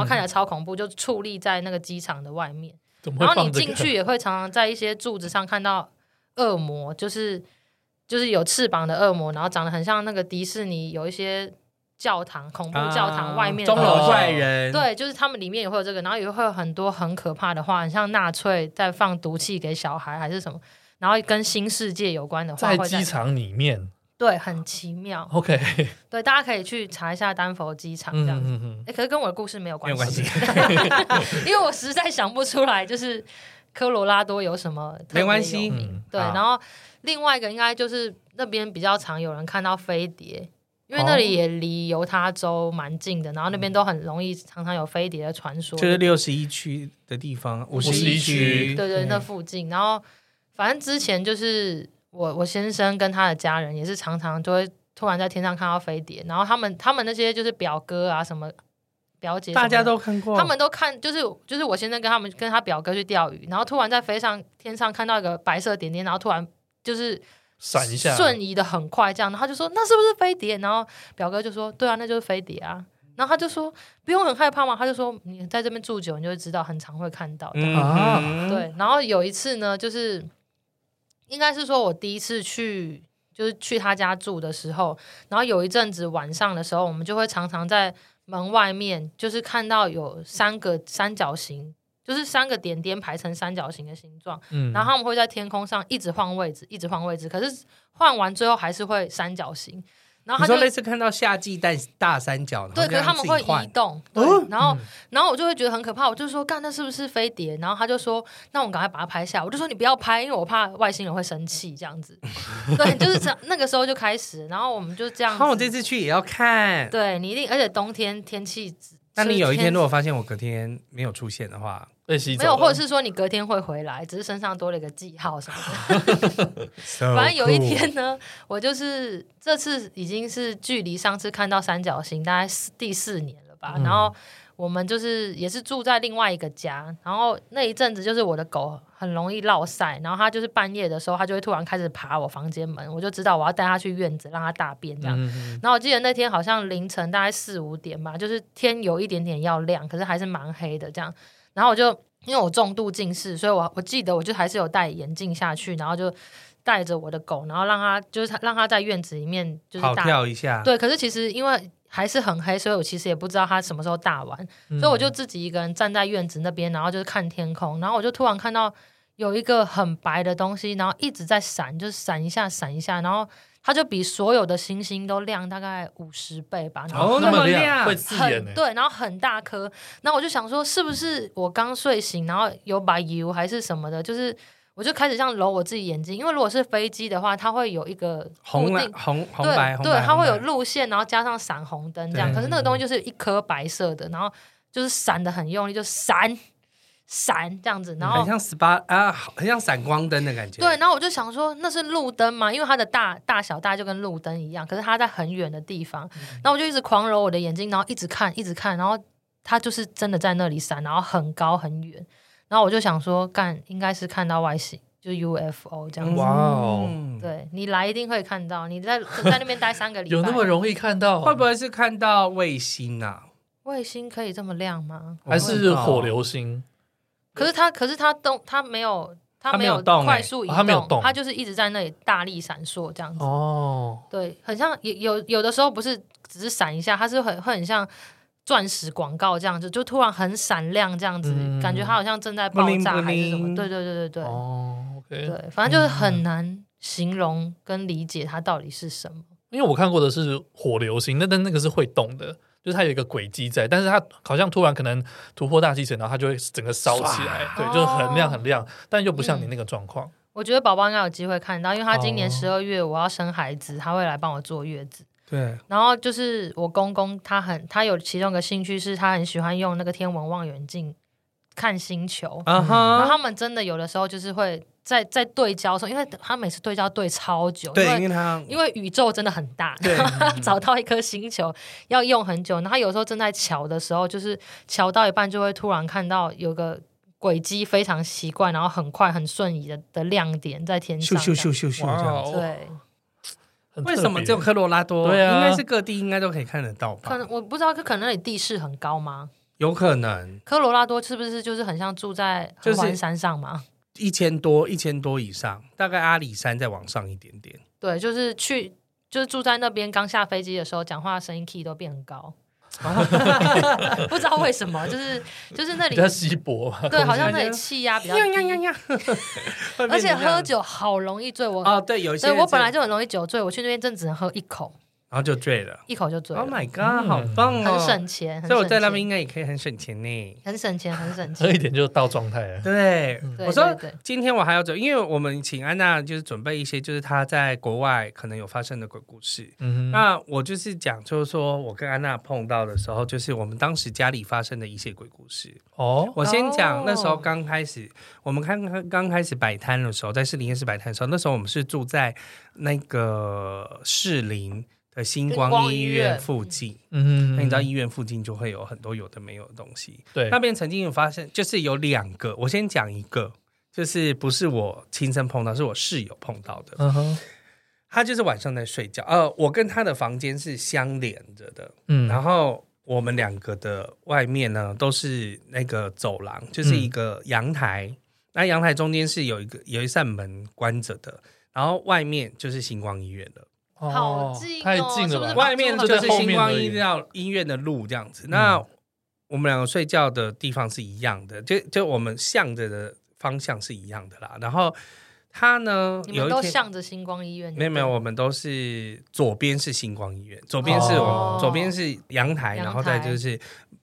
S2: 嗯
S3: 后看起来超恐怖，就矗立在那个机场的外面。
S1: 怎么
S3: 然
S1: 会
S3: 后你
S1: 放这
S3: 进
S1: 个？
S3: 去也会常常在一些柱子上看到恶魔，就是就是有翅膀的恶魔，然后长得很像那个迪士尼有一些教堂恐怖教堂
S1: 啊
S3: 外面的
S2: 啊钟
S3: 那种
S2: 楼怪人，，
S3: 对，就是他们里面也会有这个，然后也会有很多很可怕的话，很像纳粹在放毒气给小孩还是什么，然后跟新世界有关的话
S1: (laughs) 在
S3: 会
S1: 机场里面
S3: 对，很奇妙。
S1: ，OK，
S3: 对，大家可以去查一下丹佛机场
S1: 嗯
S3: 这样
S1: (laughs)
S3: 子。
S1: 嗯嗯，
S3: 哎、可是跟我的故事没有
S2: 没
S3: 关
S2: 有
S3: (laughs)
S2: 关系，
S3: 因为我实在想不出来，就是科罗拉多有什么特别
S2: 没关
S3: 有
S2: 系。
S3: 名
S1: 嗯
S3: 对，
S2: 好
S3: 然后另外一个应该就是那边比较常有人看到飞碟，因为
S2: 哦
S3: 那里也离犹他州蛮近的，然后那
S2: 嗯
S3: 边都很容易常常有飞碟的传说。
S2: 就是六十一区的地方，五
S1: 51
S2: 一嗯
S1: 区
S3: 对对，那附近。然后反正之前就是我我先生跟他的家人也是常常就会突然在天上看到飞碟，然后他们他们那些就是表哥啊什么表姐什么
S2: 大
S3: 的，
S2: 家都看过。
S3: 他们都看，就是就是我先生跟他们跟他表哥去钓鱼，然后突然在飞上天上看到一个白色点点，然后突然就是
S1: 闪一下，
S3: 瞬移的很快，这样，然后他就说那是不是飞碟？然后表哥就说对啊，那就是飞碟啊。然后他就说不用很害怕嘛，他就说你在这边住久，你就会知道，很常会看到。
S2: 嗯
S1: 啊
S2: 哼，
S3: 对，然后有一次呢，就是应该是说我第一次去，就是去他家住的时候，然后有一阵子晚上的时候，我们就会常常在门外面，就是看到有三个三角形，就是三个点点排成三角形的形状，
S1: 嗯，
S3: 然后他们会在天空上一直换位置，一直换位置，可是换完最后还是会三角形，然后
S2: 你
S3: 他就
S2: 说类似看到夏季大大三角，
S3: 对，
S2: 然后这
S3: 可是
S2: 样
S3: 他们
S2: 自己
S3: 会移
S2: 换哦
S3: 动，对，然后然后我就会觉得很可怕，我就说干，那是不是飞碟？然后他就说，那我赶快把它拍下来。我就说你不要拍，因为我怕外星人会生气这样
S2: (laughs)
S3: 子。对，就是这样那个时候就开始，然后我们就这样
S2: 那我
S3: 子
S2: 这次去也要看。
S3: 对你一定，而且冬天天气，
S2: 那你
S3: 是
S2: 有一天如果发现我隔天没有出现的话，
S1: 被吸走
S3: 没
S1: 了，
S3: 有，或者是说你隔天会回来，只是身上多了一个记号什么的。
S2: 哦
S3: 反正有一天呢，我就是这次已经是距离上次看到三角形大概四第四年了吧。
S1: 嗯
S3: 然后我们就是也是住在另外一个家，然后那一阵子就是我的狗很容易落晒，然后它就是半夜的时候，它就会突然开始爬我房间门，我就知道我要带它去院子让它大便这样。
S1: 嗯嗯
S3: 然后我记得那天好像凌晨大概四五点吧，就是天有一点点要亮，可是还是蛮黑的这样。然后我就因为我重度近视，所以我我记得我就还是有戴眼镜下去，然后就带着我的狗，然后让它就是它让它在院子里面 (laughs) 就是
S2: 跑
S3: 大
S2: 跳一下，
S3: 对。可是其实因为还是很黑，所以我其实也不知道它什么时候大完，
S1: 嗯
S3: 所以我就自己一个人站在院子那边，然后就是看天空，然后我就突然看到有一个很白的东西，然后一直在闪，就是闪一下闪一下，然后它就比所有的星星都亮大概五十倍吧，然后
S2: 哦
S1: 嗯那
S2: 那么
S1: 亮
S2: 亮
S1: 会刺眼欸
S3: 很
S1: 呢，
S3: 对，然后很大颗，然后我就想说是不是我刚睡醒，然后有把油还是什么的，就是。我就开始这样揉我自己眼睛，因为如果是飞机的话，它会有一个
S2: 红
S3: 固
S2: 蓝
S3: 定
S2: 红红
S3: 对
S2: 白红白，
S3: 对，它
S2: 红
S3: 会有
S2: 白
S3: 路线，然后加上闪红灯这样。
S1: 对
S3: 可是那个东西就是一颗白色的，然后就是闪的很用力，就闪闪这样子，然
S2: 很
S3: 后
S2: 像 SPA 啊，很像闪光灯的感觉。
S3: 对，然后我就想说那是路灯吗？因为它的大大小大就跟路灯一样，可是它在很远的地方，然后我就一直狂揉我的眼睛，然后一直看，一直看，然后它就是真的在那里闪，然后很高很远，然后我就想说，干应该是看到外星，就 UFO 这样子。
S2: 哇哦，
S3: 对你来一定会看到，你在在那边待三个礼
S1: (laughs)
S3: 拜，
S1: 有那么容易看到？
S2: 会不会是看到卫星啊？
S3: 卫星可以这么亮吗？
S1: 还是火流星？
S3: 可是它，可是它动，它没有，它
S2: 它没有动欸
S3: 快速移
S1: 哦它没有动
S3: 它就是一直在那里大力闪烁这样子。
S1: 哦，
S3: 对，很像也有有的时候不是只是闪一下，它是很会很像钻石广告这样子，就突然很闪亮这样子，
S1: 嗯
S3: 感觉它好像正在爆炸还是什
S2: 布灵
S3: 么。
S2: 布灵
S3: 对对对对对、
S1: 哦，OK，
S3: 对，反正就是很难形容跟理解它到底是什么。
S1: 因为我看过的是火流星，那但那个是会动的，就是它有一个轨迹在，但是它好像突然可能突破大气层，然后它就会整个烧起来，对，
S3: 哦
S1: 就是很亮很亮，但又不像你那个状况。
S3: 我觉得宝宝应该有机会看到，因为他今年
S1: 哦
S3: 十二月我要生孩子，他会来帮我坐月子。
S2: 对，
S3: 然后就是我公公，他很他有其中一个兴趣是他很喜欢用那个天文望远镜看星球，
S2: 啊
S3: 然后
S2: 哈，
S3: 他们真的有的时候就是会在在对焦的时候，因为他每次对焦对超久，
S2: 对，因
S3: 因为
S2: 为它
S3: 因为宇宙真的很大，
S2: 对
S3: 找到一颗星球要用很久。然后他有时候正在瞧的时候，就是瞧到一半就会突然看到有个轨迹非常奇怪，然后很快很瞬移的的亮点在天
S4: 咻
S3: 上，
S4: 咻咻咻咻这样子，
S1: 哦
S3: 对。
S1: 很特
S2: 为
S1: 别
S2: 什么只有科罗拉多？
S1: 对啊
S2: 应该是各地应该都可以看得到
S3: 可
S2: 吧？
S3: 能我不知道，可能那里地势很高吗？
S2: 有可能
S3: 科罗拉多是不是就是很像住在
S2: 就
S3: 合
S2: 是
S3: 欢山上嘛？
S2: 一千多、一千多以上，大概阿里山再往上一点 (laughs) 点。
S3: (laughs) 对，就是去就是住在那边，刚下飞机的时候讲话声音 key 都变很高，
S2: 啊
S3: 不知道为什么，就是就是那
S1: 比
S2: (laughs)
S3: 里
S1: 较稀薄嘛？
S3: (laughs)
S1: 空
S3: 对，
S1: 气
S3: 好像那里气压比较
S2: 呀呀呀
S3: 低，
S2: 呀！ (laughs) 会变成
S3: 而且
S2: 这样
S3: 喝酒好容易醉，我
S2: 哦，对，有一些
S3: 对我本来
S2: 就
S3: 就很容易酒醉，我去那边真的只能喝一口，
S2: 然后就醉了。
S3: 一口就醉了
S2: Oh my god，好棒哦！
S3: 嗯很省钱，很
S2: 所以我
S3: 省
S2: 在那
S3: 钱
S2: 边应该也可以很省钱呢。
S3: 很省钱，很省
S1: 喝
S3: 钱，
S1: 一点就到状态了。
S2: 对，
S3: 对
S2: 我说
S3: 对对
S2: 今天我还要走，因为我们请安娜就是准备一些就是她在国外可能有发生的鬼故事。
S1: 嗯哼，
S2: 那我就是讲，就是说我跟安娜碰到的时候，就是我们当时家里发生的一些鬼故事。
S1: 哦，
S2: 我先
S3: 哦
S2: 讲那时候刚开始，我们刚刚刚开始摆摊的时候，在士林夜市摆摊的时候，那时候我们是住在那个士林的星
S3: 星
S2: 光
S3: 光
S2: 医
S3: 医
S2: 院
S3: 院
S2: 附近。
S1: 嗯哼，
S2: 那你知道医院附近就会有很多有的没有的东西。
S1: 对
S2: 那边曾经有发生，就是有两个，我先讲一个，就是不是我亲身碰到，是我室友碰到的。
S1: 嗯哼，
S2: 他就是晚上在睡觉，呃，我跟他的房间是相连着的，
S1: 嗯，
S2: 然后我们两个的外面呢都是那个走廊，就是一个阳台，那阳台中间是有一个有一扇门关着的，然后外面就是星光医院了。
S1: 哦
S3: 好近哦
S1: 太近
S3: 是
S1: 了
S3: 不
S1: 吧，
S3: 是
S2: 外面嗯就是星光医
S1: 就在
S2: 疗医院的路这样子。那我们两个睡觉的地方是一样的，就就我们向着的方向是一样的啦。然后他呢，
S3: 你
S2: 有
S3: 们
S2: 一
S3: 都
S2: 天
S3: 向着星光医院，
S2: 没有没有，我们都是左边是星光医院，左边是我们、
S1: 哦
S2: 左边是阳台，
S3: 阳台
S2: 然后再就是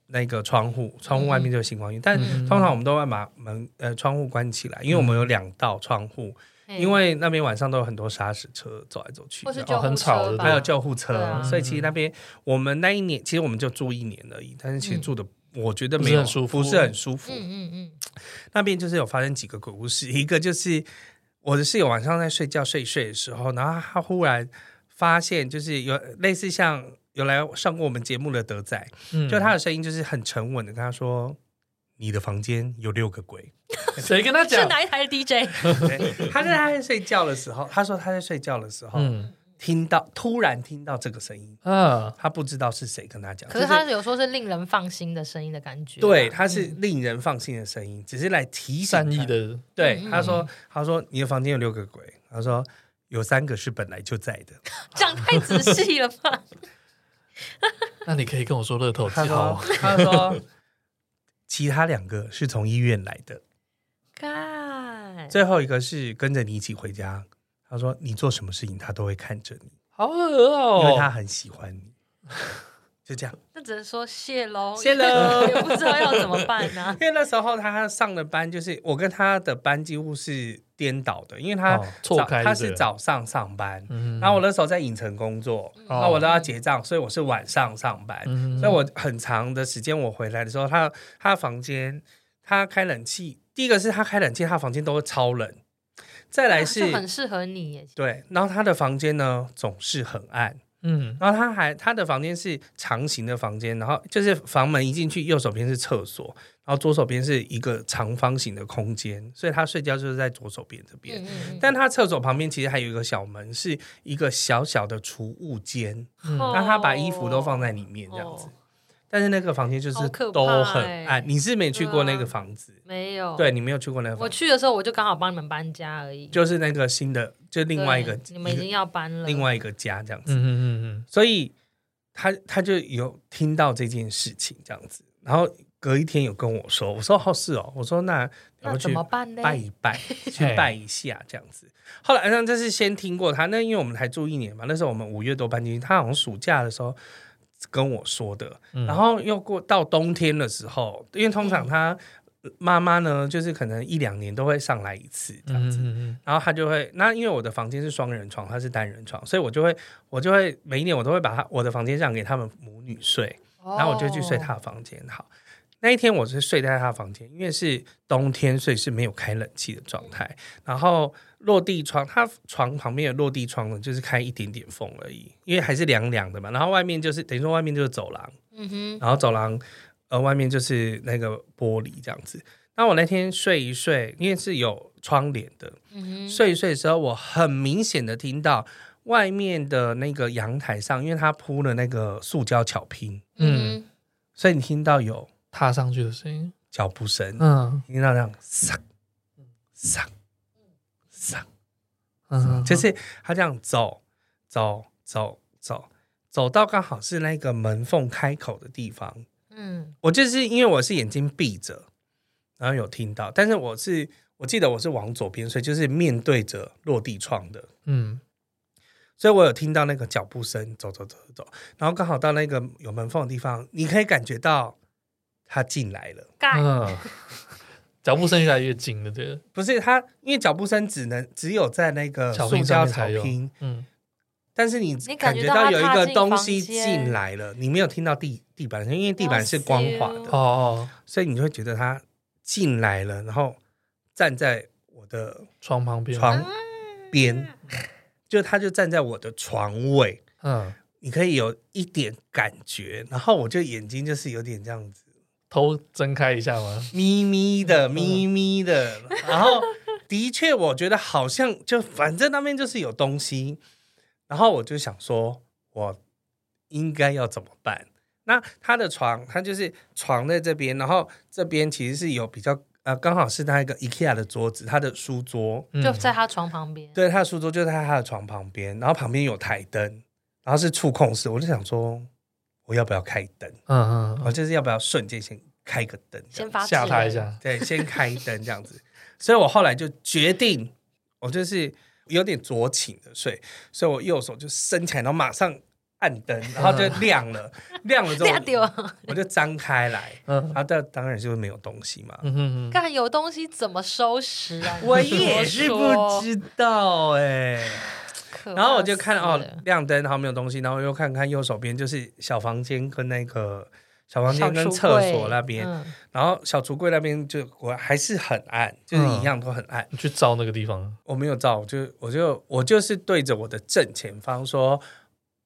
S2: 那个窗户，窗户外面就是星光医院。但
S1: 嗯
S2: 通常我们都会把门呃窗户关起来，因为我们有两道窗户，
S3: 嘿
S2: 因为那边晚上都有很多砂石车走来走去，
S3: 嗯或是
S2: 这样
S3: 救
S1: 哦很
S3: 护
S1: 吵
S3: 车
S1: 的
S3: 吧，
S2: 还有救护车，
S3: 对啊
S2: 所以其实那边我们那一年其实我们就住一年而已，但是其实住的、我觉得
S1: 不
S2: 没
S1: 是
S2: 有
S1: 很舒服
S2: 不是很舒服。
S3: 嗯嗯嗯，
S2: 那边就是有发生几个鬼故事， (laughs) 一个就是我的室友晚上在睡觉睡一睡的时候，然后他忽然发现就是有类似像有来上过我们节目的德仔，
S1: 嗯
S2: 就他的声音就是很沉稳的跟他说。你的房间有六个鬼，
S1: (laughs) 谁跟他
S3: 是
S1: 讲？
S3: 哪一台的 DJ？
S2: 对他在他在睡觉的时候，他说他在睡觉的时候、
S1: 嗯
S2: 听到突然听到这个声音，
S1: 啊，
S2: 他不知道是谁跟他讲，就
S3: 可
S2: 是
S3: 他有说是令人放心的声音的感觉吧，啊
S2: 对，它是令人放心的声音，只是来提醒
S1: 嗯善意
S2: 他。
S1: 的
S2: 对，
S3: 嗯
S2: 他说：“他说你的房间有六个鬼。”他说：“有三个是本来就在的。
S3: 讲太仔细了吧？ (laughs)
S1: 那你可以跟我说乐”透
S2: 他
S1: 几
S2: 说
S1: 号？：“
S2: 他说其他两个是从医院来的，
S1: 哦
S3: 看，
S2: 最后一个是跟着你一起回家。”他说：“你做什么事情，他都会看着你，
S1: 好恶哦，
S2: 因为他很喜欢你。”就这样。
S3: 那只能说谢喽，
S2: 谢喽
S3: 也不知道要怎么办
S2: (laughs)
S3: 啊呢、
S2: 因为那时候他上的班就是我跟他的班几乎是颠倒的，因为他
S1: 哦
S2: 早、
S1: 错开就对了
S2: 他是早上上班，
S1: 嗯哦
S2: 然后我那时候在影城工作，那、我都要结账，所以我是晚上上班，
S1: 嗯
S2: 所以我很长的时间我回来的时候，他他房间他开冷气，第一个是他开冷气，他房间都会超冷，再来、
S3: 啊就是很适合你耶。
S2: 对，然后他的房间呢总是很暗，
S1: 嗯，
S2: 然后他还他的房间是长形的房间，然后就是房门一进去，右手边是厕所，然后左手边是一个长方形的空间，所以他睡觉就是在左手边这边。
S3: 嗯嗯嗯，
S2: 但他厕所旁边其实还有一个小门，是一个小小的储物间，
S1: 嗯
S3: 哦
S2: 那他把衣服都放在里面这样子
S3: 哦。
S2: 但是那个房间就是
S3: 好可怕
S2: 都很暗
S3: 欸，
S2: 你是没去过那
S3: 对
S2: 个
S3: 啊
S2: 房子，
S3: 没有。
S2: 对，你没有去过那个
S3: 我
S2: 房子，
S3: 去的时候我就刚好帮你们搬家而已。
S2: 就是那个新的，就另外一个
S3: 对你们已
S2: 一个
S3: 经要搬了，
S2: 另外一个家这样
S1: 嗯
S2: 子，
S1: 嗯嗯
S2: 所以他他就有听到这件事情这样子，然后隔一天有跟我说，我说好是哦，我说那要
S3: 那
S2: 不
S3: 怎
S2: 去
S3: 么办呢？
S2: 拜一
S3: (laughs)
S2: 拜，去拜一下这样子。后来嗯那这是先听过他，那因为我们才住一年嘛，那时候我们五月多搬进去，他好像暑假的时候跟我说的，
S1: 嗯
S2: 然后又过到冬天的时候，因为通
S3: 嗯
S2: 常他妈妈呢，就是可能一两年都会上来一次这样
S1: 嗯
S2: 子。
S1: 嗯
S2: 然后他就会，那因为我的房间是双人床，他是单人床，所以我就会，我就会每一年我都会把他我的房间让给他们母女睡，
S3: 哦，
S2: 然后我就去睡他的房间。好，那一天我是睡在他的房间，因为是冬天，所以是没有开冷气的状态。然后落地窗，他床旁边的落地窗呢，就是开一点点风而已，因为还是凉凉的嘛。然后外面就是等于说外面就是走廊，
S3: 嗯哼，
S2: 然后走廊呃外面就是那个玻璃这样子。那我那天睡一睡，因为是有窗帘的，
S3: 嗯哼，
S2: 睡一睡的时候，我很明显的听到外面的那个阳台上，因为它铺了那个塑胶巧拼，
S1: 嗯
S3: 嗯
S2: 所以你听到有
S1: 踏上去的声音，
S2: 脚步声，
S1: 嗯
S2: 听到那样上上上，
S1: 嗯，
S2: 就是他这样走走走走走到刚好是那个门缝开口的地方。
S3: 嗯
S2: 我就是因为我是眼睛闭着，然后有听到，但是我是我记得我是往左边睡，就是面对着落地窗的，
S1: 嗯
S2: 所以我有听到那个脚步声，走走走走，走然后刚好到那个有门缝的地方，你可以感觉到他进来了。
S3: 盖，
S1: 嗯， (laughs) 脚步声越来越近了，对了，
S2: 不是他，因为脚步声只能只有在那个
S1: 巧
S2: 塑
S1: 拼上
S2: 胶
S1: 面
S2: 草
S1: 才有
S2: 坪，，
S1: 嗯
S2: 但是你
S3: 你
S2: 感
S3: 感
S2: 觉
S3: 觉
S2: 到
S3: 到
S2: 有一个
S3: 他踏进
S2: 东西
S3: 房间
S2: 进来了，你没有听到地地板声，因为地板是光滑
S3: 哇塞
S2: 的，
S1: 哦哦，
S2: 所以你会觉得他进来了，然后站在我的
S1: 床旁边，
S2: 床边，就他就站在我的床位，
S1: 嗯，
S2: 你可以有一点感觉，然后我就眼睛就是有点这样子
S1: 头睁开一下嘛，
S2: 眯眯的、眯眯的，然后的确我觉得好像就反正那边就是有东西，然后我就想说我应该要怎么办？那他的床，他就是床在这边，然后这边其实是有比较呃，刚好是他一个 IKEA 的桌子，他的书桌，
S1: 嗯
S3: 就在他床旁边。
S2: 对，他的书桌就在他的床旁边，然后旁边有台灯，然后是触控式，我就想说我要不要开灯？
S1: 嗯
S2: 哦，
S1: 嗯
S2: 就是要不要瞬间先开个灯，这样
S3: 先发
S1: 嗯，吓他一
S3: 制人，
S1: 下，
S2: 对，先开灯这样子。所以我后来就决定，我就是有点左倾的睡，所以我右手就伸起来，然后马上按灯，然后
S3: (laughs)
S2: 就亮了，亮了之后
S3: 吓丢，
S2: 我就张开来，
S1: 嗯
S2: 然后但当然就是没有东西嘛。
S1: 嗯哼哼，
S3: 看有东西怎么收拾啊？
S2: 我也是不
S3: 知，
S2: 知道哎、
S3: 可怕
S2: 然后我就看哦
S3: 死了，
S2: 亮灯，然后没有东西，然后又看看右手边就是小房间跟那个小房
S3: 小
S2: 间跟
S3: 橱
S2: 厕所
S3: 柜
S2: 那边，
S3: 嗯
S2: 然后小橱柜那边就我还是很暗，就是一样都很暗。
S1: 你去照那个地方，
S2: 我没有照，我就我就我就是对着我的正前方说，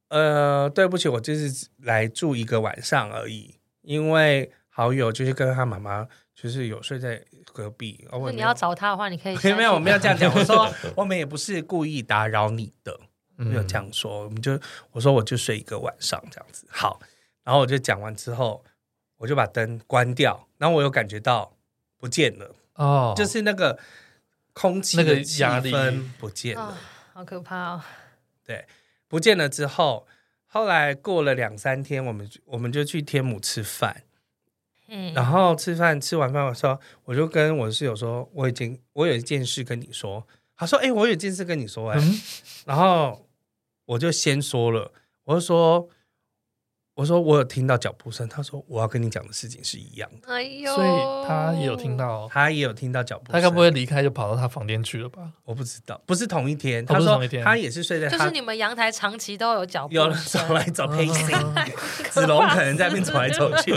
S2: 呃，对不起，我就是来住一个晚上而已，因为好友就是跟他妈妈就是有睡在隔壁。哦、我也
S3: 那你
S2: 没有
S3: 要找他的话，你可以
S2: (laughs) 没有没有，我
S3: 们
S2: 没有这样讲，我
S3: (laughs)
S2: 说我们也不是故意打扰你的，
S1: 嗯
S2: 没有这，样说，我们就我说我就睡一个晚上这样子。好，然后我就讲完之后，我就把灯关掉，然后我有感觉到不见了，
S1: 哦，
S2: 就是那个空气
S1: 那个
S2: 的气
S1: 压力
S2: 氛不见了，
S3: 啊，好可怕哦！
S2: 不见了之后，后来过了两三天，我们我们就去天母吃饭，
S3: 嗯
S2: 然后吃饭吃完饭我说，我就跟我室友说，我已经我有一件事跟你说，他说，哎、我有一件事跟你说、哎、
S1: 嗯
S2: 然后我就先说了，我就说，我说我有听到脚步声，他说我要跟你讲的事情是一样的，
S3: 哎呦，
S1: 所以他也有听，到，
S2: 他也有听到脚步
S1: 他
S2: 声，
S1: 该不会离开就跑到他房间去了吧？
S2: 我不知道，不是同一天，
S1: 哦
S2: 他
S1: 不是
S2: 说
S1: 同一天
S2: 他也是睡在
S3: 就
S2: 他
S3: 是你们阳台长期都有脚步
S2: 有人
S3: 声
S2: 走来走 p a c
S1: 嗯
S2: (laughs)
S1: (laughs)
S2: 子龙可能在那边走来走去，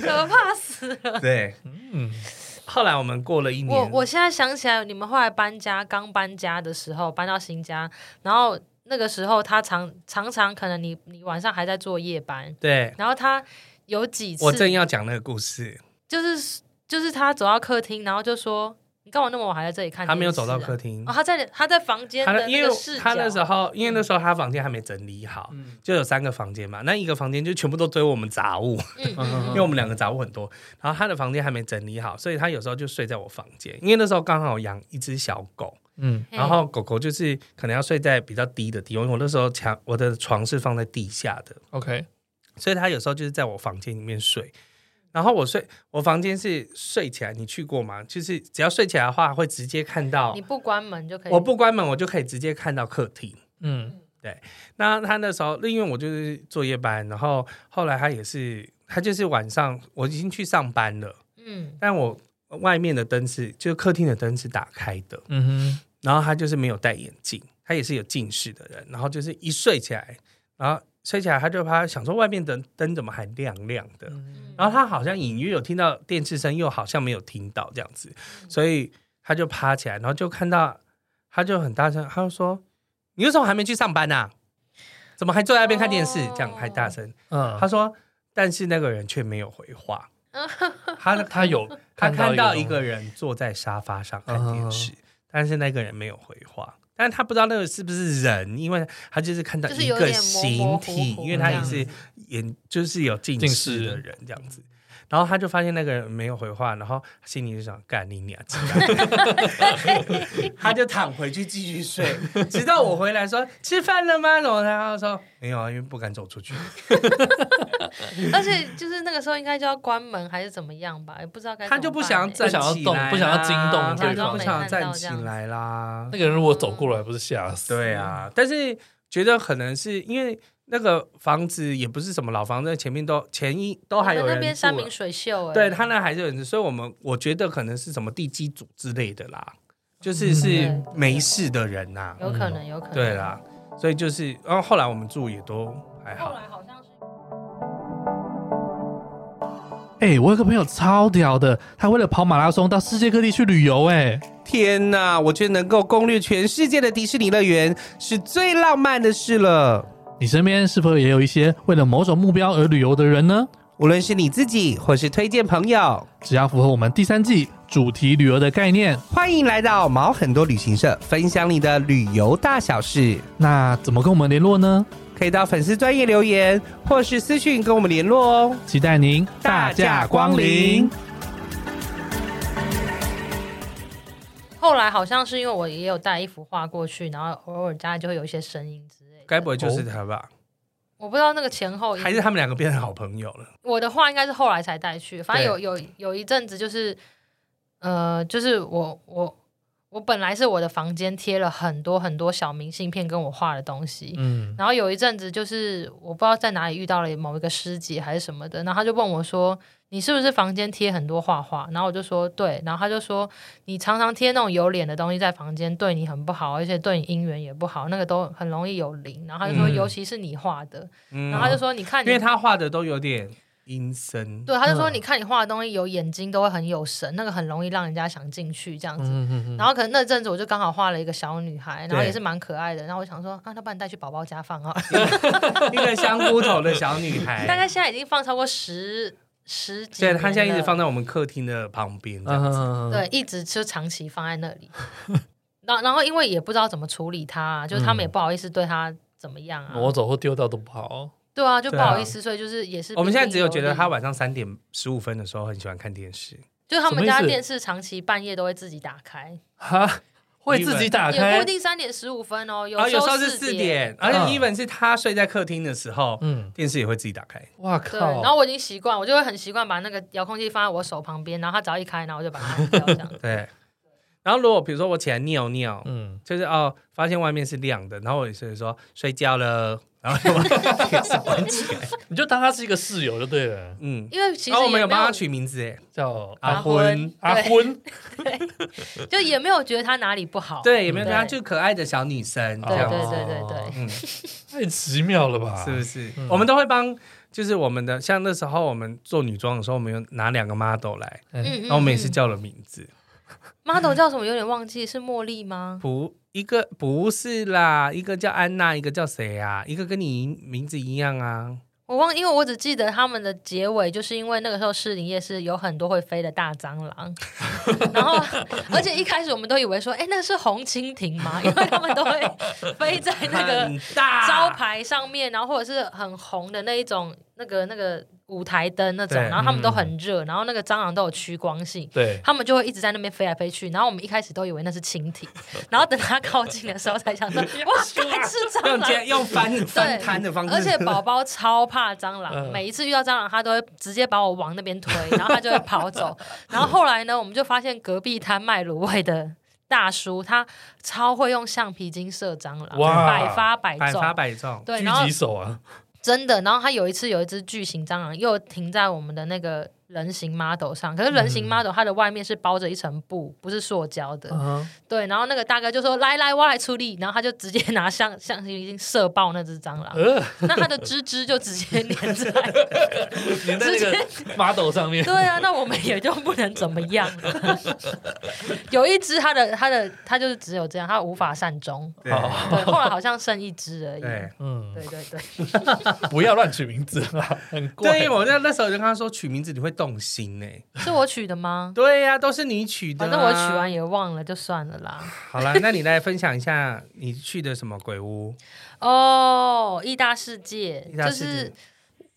S3: 可怕死了。
S2: 对。
S1: 嗯
S2: 后来我们过了一
S3: 我
S2: 年，
S3: 我现在想起来，你们后来搬家，刚搬家的时候搬到新家，然后那个时候他常常常可能你你晚上还在做夜班，
S2: 对
S3: 然后他有几次
S2: 我正要讲那个故事，
S3: 就是就是他走到客厅，然后就说：“你干嘛那么晚还在这里看、
S2: 他没有走到客。厅
S3: 哦，，他在他在房间
S2: 他
S3: 的
S2: 因
S3: 那
S2: 为
S3: 个视角，嗯
S2: 他那时候因为那时候他房间还没整理好，
S1: 嗯
S2: 就有三个房间嘛，那一个房间就全部都堆我们杂物， (laughs)
S3: 嗯，嗯
S2: 因
S3: 嗯
S2: 为我们两个杂物很多，然后他的房间还没整理好，所以他有时候就睡在我房间，因为那时候刚好养一只小狗，
S1: 嗯
S3: 嘿
S2: 然后狗狗就是可能要睡在比较低的地方，因为我那时候墙我的床是放在地下的，
S1: ，OK，
S2: 所以它有时候就是在我房间里面睡。然后我睡，我房间是睡起来，你去过吗？就是只要睡起来的话，会直接看到
S3: 你。不关门就可以。
S2: 我不关门，我就可以直接看到客厅。
S1: 嗯
S2: 那他那时候，因为我就是做夜班，然后后来他也是，他就是晚上我已经去上班了，
S3: 嗯，
S2: 但我外面的灯是，就是客厅的灯是打开的，
S1: 嗯
S2: 然后他就是没有戴眼镜，他也是有近视的人，然后就是一睡起来，然后睡起来他就怕想说外面的灯怎么还亮亮的，
S3: 嗯
S1: 哼，
S2: 然后他好像隐约有听到电视声，又好像没有听到这样子，所以他就趴起来，然后就看到他就很大声，他就说：“你为什么还没去上班呐、怎么还坐在那边看电视？”
S3: 哦
S2: 这样还大声，
S1: 嗯，
S2: 他说，但是那个人却没有回话，他
S1: 他有
S2: 他看到一
S1: 东
S2: 个嗯人坐在沙发上看电视，但是那个人没有回话，但是他不知道那个是不是人，因为他就是看到
S3: 就是
S2: 一
S3: 有
S2: 个
S3: 点模模
S2: 形
S3: 糊
S2: 体，
S3: 糊
S2: 因为他
S3: 这
S2: 也
S3: 样
S2: 是眼就是有近
S1: 近
S2: 视
S1: 视
S2: 的人这样子。然后他就发现那个人没有回话，然后心里就想干你娘鸡蛋， (laughs) 他就躺回去继续睡，直到我回来说吃饭了吗？然后他就说没有啊，因为不敢走出去。
S3: 而且就是那个时候应该就要关门还是怎么样吧，也不知道该
S2: 他就
S3: 怎么
S2: 不
S3: 办
S2: 想要
S3: 欸
S2: 站起来啦，
S1: 不想要动不想要惊动
S2: 他
S1: 对
S2: 就
S1: 方
S2: 不想要站起来啦
S1: 那。个人如果走过来，不是吓死？
S2: 对，啊，但是觉得可能是因为那个房子也不是什么老房子，前面都前一都
S3: 我
S2: 还
S3: 们
S2: 有人
S3: 那边
S2: 住
S3: 山
S2: 了
S3: 明水秀哎，
S2: 对他那还是有人住，所以我们我觉得可能是什么地基组之类的
S3: 哦
S2: 啦，就是是
S3: 嗯
S2: 没事的人呐、
S3: 有可能有可能
S2: 对。啦，所以就是，然后后来我们住也都还
S3: 后
S2: 好。
S3: 来好像是
S1: 哎，我有个朋友超屌的，他为了跑马拉松到世界各地去旅游，哎，
S2: 天呐，我觉得能够攻略全世界的迪士尼乐园是最浪漫的事了。
S1: 你身边是否也有一些为了某种目标而旅游的人呢？
S2: 无论是你自己或是推荐朋友，
S1: 只要符合我们第三季主题旅游的概念，
S2: 欢迎来到毛很多旅行社，分享你的旅游大小事。
S1: 那怎么跟我们联络呢？
S2: 可以到粉丝专业留言，或是私讯跟我们联络哦。
S1: 期待您
S2: 大驾光临。
S3: 后来好像是因为我也有带一幅画过去，然后偶尔家里就会有一些声音之类的。
S2: 该不会就是他吧？
S3: 我不知道那个前后因
S2: 还是他们两个变成好朋友了？
S3: 我的话应该是后来才带去，反正有有有一阵子就是，呃，就是我我我本来是我的房间贴了很多很多小明信片跟我画的东西，
S1: 嗯，
S3: 然后有一阵子就是我不知道在哪里遇到了某一个师姐还是什么的，然后她就问我说：“你是不是房间贴很多画画？”然后我就说：“对。”然后她就说：“你常常贴那种有脸的东西在房间，对你很不好，而且对你姻缘也不好，那个都很容易有灵。”然后她就说：“
S1: 嗯
S3: 尤其是你画的。
S2: 嗯
S3: 然后她就说：“你看
S2: 因
S3: 你
S2: 为他画的都有点阴森，
S3: 对，他就说
S1: 嗯
S3: 你看你画的东西有眼睛都会很有神，那个很容易让人家想进去这样子。
S1: 嗯
S3: 然后可能那阵子我就刚好画了一个小女孩，然后
S2: 对
S3: 也是蛮可爱的。然后我想说啊，那不然带去宝宝家放啊？
S2: 一个香菇头的小女 (laughs) 孩。
S3: (laughs) 大概现在已经放超过十十几
S2: 哎对，
S3: 年了，
S2: 他现在一直放在我们客厅的旁边。这样
S1: 嗯，
S3: 对，一直就长期放在
S2: (laughs)
S3: 那里。然后然后因为也不知道怎么处理它、就
S2: 嗯
S3: 是他们也不好意思对它怎么样啊。
S1: 挪走或丢掉都不好。
S3: 对啊，就不
S2: 对啊
S3: 好意思，所以就是也是
S2: 我们现在只有
S3: 彬
S2: 觉
S3: 彬
S2: 得他
S3: 有礼，
S2: 晚上三点十五分的时候很喜欢看电视，
S3: 就是他
S1: 什
S3: 们
S1: 么意
S3: 家
S1: 思
S3: 电视长期半夜都会自己打开，
S1: 哈，会自己打
S3: 也不
S1: 开
S3: 一，定三点十五分哦，有
S2: 然后有时候是
S3: 四
S2: 四点，而且
S1: 嗯
S2: even 是他睡在客厅的时候，
S1: 嗯，
S2: 电视也会自己打开。
S1: 哇
S3: 对，
S1: 靠，
S3: 然后我已经习惯，我就会很习惯把那个遥控器放在我手旁边，然后它只要一开，然后我就把它按掉这
S2: (laughs)
S3: 样子。
S2: 对，然后如果比如说我起来尿尿，
S1: 嗯，
S2: 就是哦，发现外面是亮的，然后我也是说睡觉了，然后就把电视关起来。
S1: 你就当他是一个室友就对了，
S2: 嗯，
S3: 因为其实
S2: 然后我
S3: 也
S2: 们
S3: 没
S2: 有帮他取名字哎，
S1: 叫
S3: 阿
S2: 阿
S3: 昏
S2: 昏，
S1: 阿
S3: 对
S1: 昏，
S3: 就也没有觉得它哪里不好。
S2: 对，有没有？
S3: 对
S2: 她就可爱的小女生这
S3: 哦嗯对
S2: 样
S3: 对
S2: 子，
S3: 对对对
S2: 嗯，
S1: 太奇妙了吧？
S2: 是不是
S1: 嗯？
S2: 我们都会帮就是我们的像那时候我们做女装的时候，我们有拿两个 model 来，
S1: 嗯，
S3: 嗯
S2: 哦然后我们也是
S3: 嗯
S2: 叫了名字，
S3: model 叫什么？有点忘记，是茉莉吗？
S2: 不一个不是啦，一个叫安娜，一个叫谁啊？一个跟你名字一样啊。
S3: 我忘，因为我只记得他们的结尾，就是因为那个时候士林夜市有很多会飞的大蟑
S2: (laughs)
S3: 螂，然后而且一开始我们都以为说，哎，那是红蜻蜓吗？因为他们都会飞在那个
S2: 很大
S3: 招牌上面，然后或者是很红的那一种，那个那个舞台灯那种，
S2: 对
S3: 然后他们都
S1: 嗯
S3: 很热，然后那个蟑螂都有趋光性，
S1: 对，
S3: 他们就会一直在那边飞来飞去，然后我们一开始都以为那是蜻蜓，然后等它靠近的时候才想说，哇，该是
S2: (laughs)
S3: 蟑
S2: 用接
S3: 螂。
S2: 用翻翻
S3: 对，
S2: 摊的方式，
S3: 而且宝宝超怕蟑螂，
S1: 嗯
S3: 每一次遇到蟑螂，他都会直接把我往那边推，然后他就会跑走。然后后来呢，我们就发现隔壁摊卖卤味的大叔，他超会用橡皮筋射蟑螂，
S1: 哇
S3: 百发百
S2: 百
S3: 中。
S2: 发百中。
S3: 对，
S1: 狙
S3: 然后
S1: 击手啊，
S3: 真的，然后他有一次有一只巨型蟑螂又停在我们的那个人形 model 上，可是人
S2: 嗯
S3: 形 model 它的外面是包着一层布，不是塑胶的。
S2: 哦
S1: 嗯
S3: 对，然后那个大哥就说：“来来，我来出力。”然后他就直接拿 (laughs) 橡橡皮筋射爆那只蟑螂，
S1: 呃，
S3: 那它的吱吱就直接
S2: (laughs)
S3: 粘在。
S1: 粘在那个 model 上面，
S3: 对啊，那我们也就不能怎么样 (laughs) 了。有一只它的它的它就是只有这样，它无法善终。
S2: 对
S1: 好
S3: 对，后来好像剩一只而已。
S2: 哦对
S1: 嗯，
S3: 对对对，
S1: 不要乱取名字啦，很怪。
S2: 对，我那那时候就跟他说取名字你会动心呢。
S3: 是我取的吗？
S2: 对呀，都是你取的啊。
S3: 反正我取完也忘了，就算了啦。
S2: 好啦，那你来分享一下你去的什么鬼屋？
S3: 哦，意大世界
S2: 意大
S3: 就
S2: 世界
S3: 是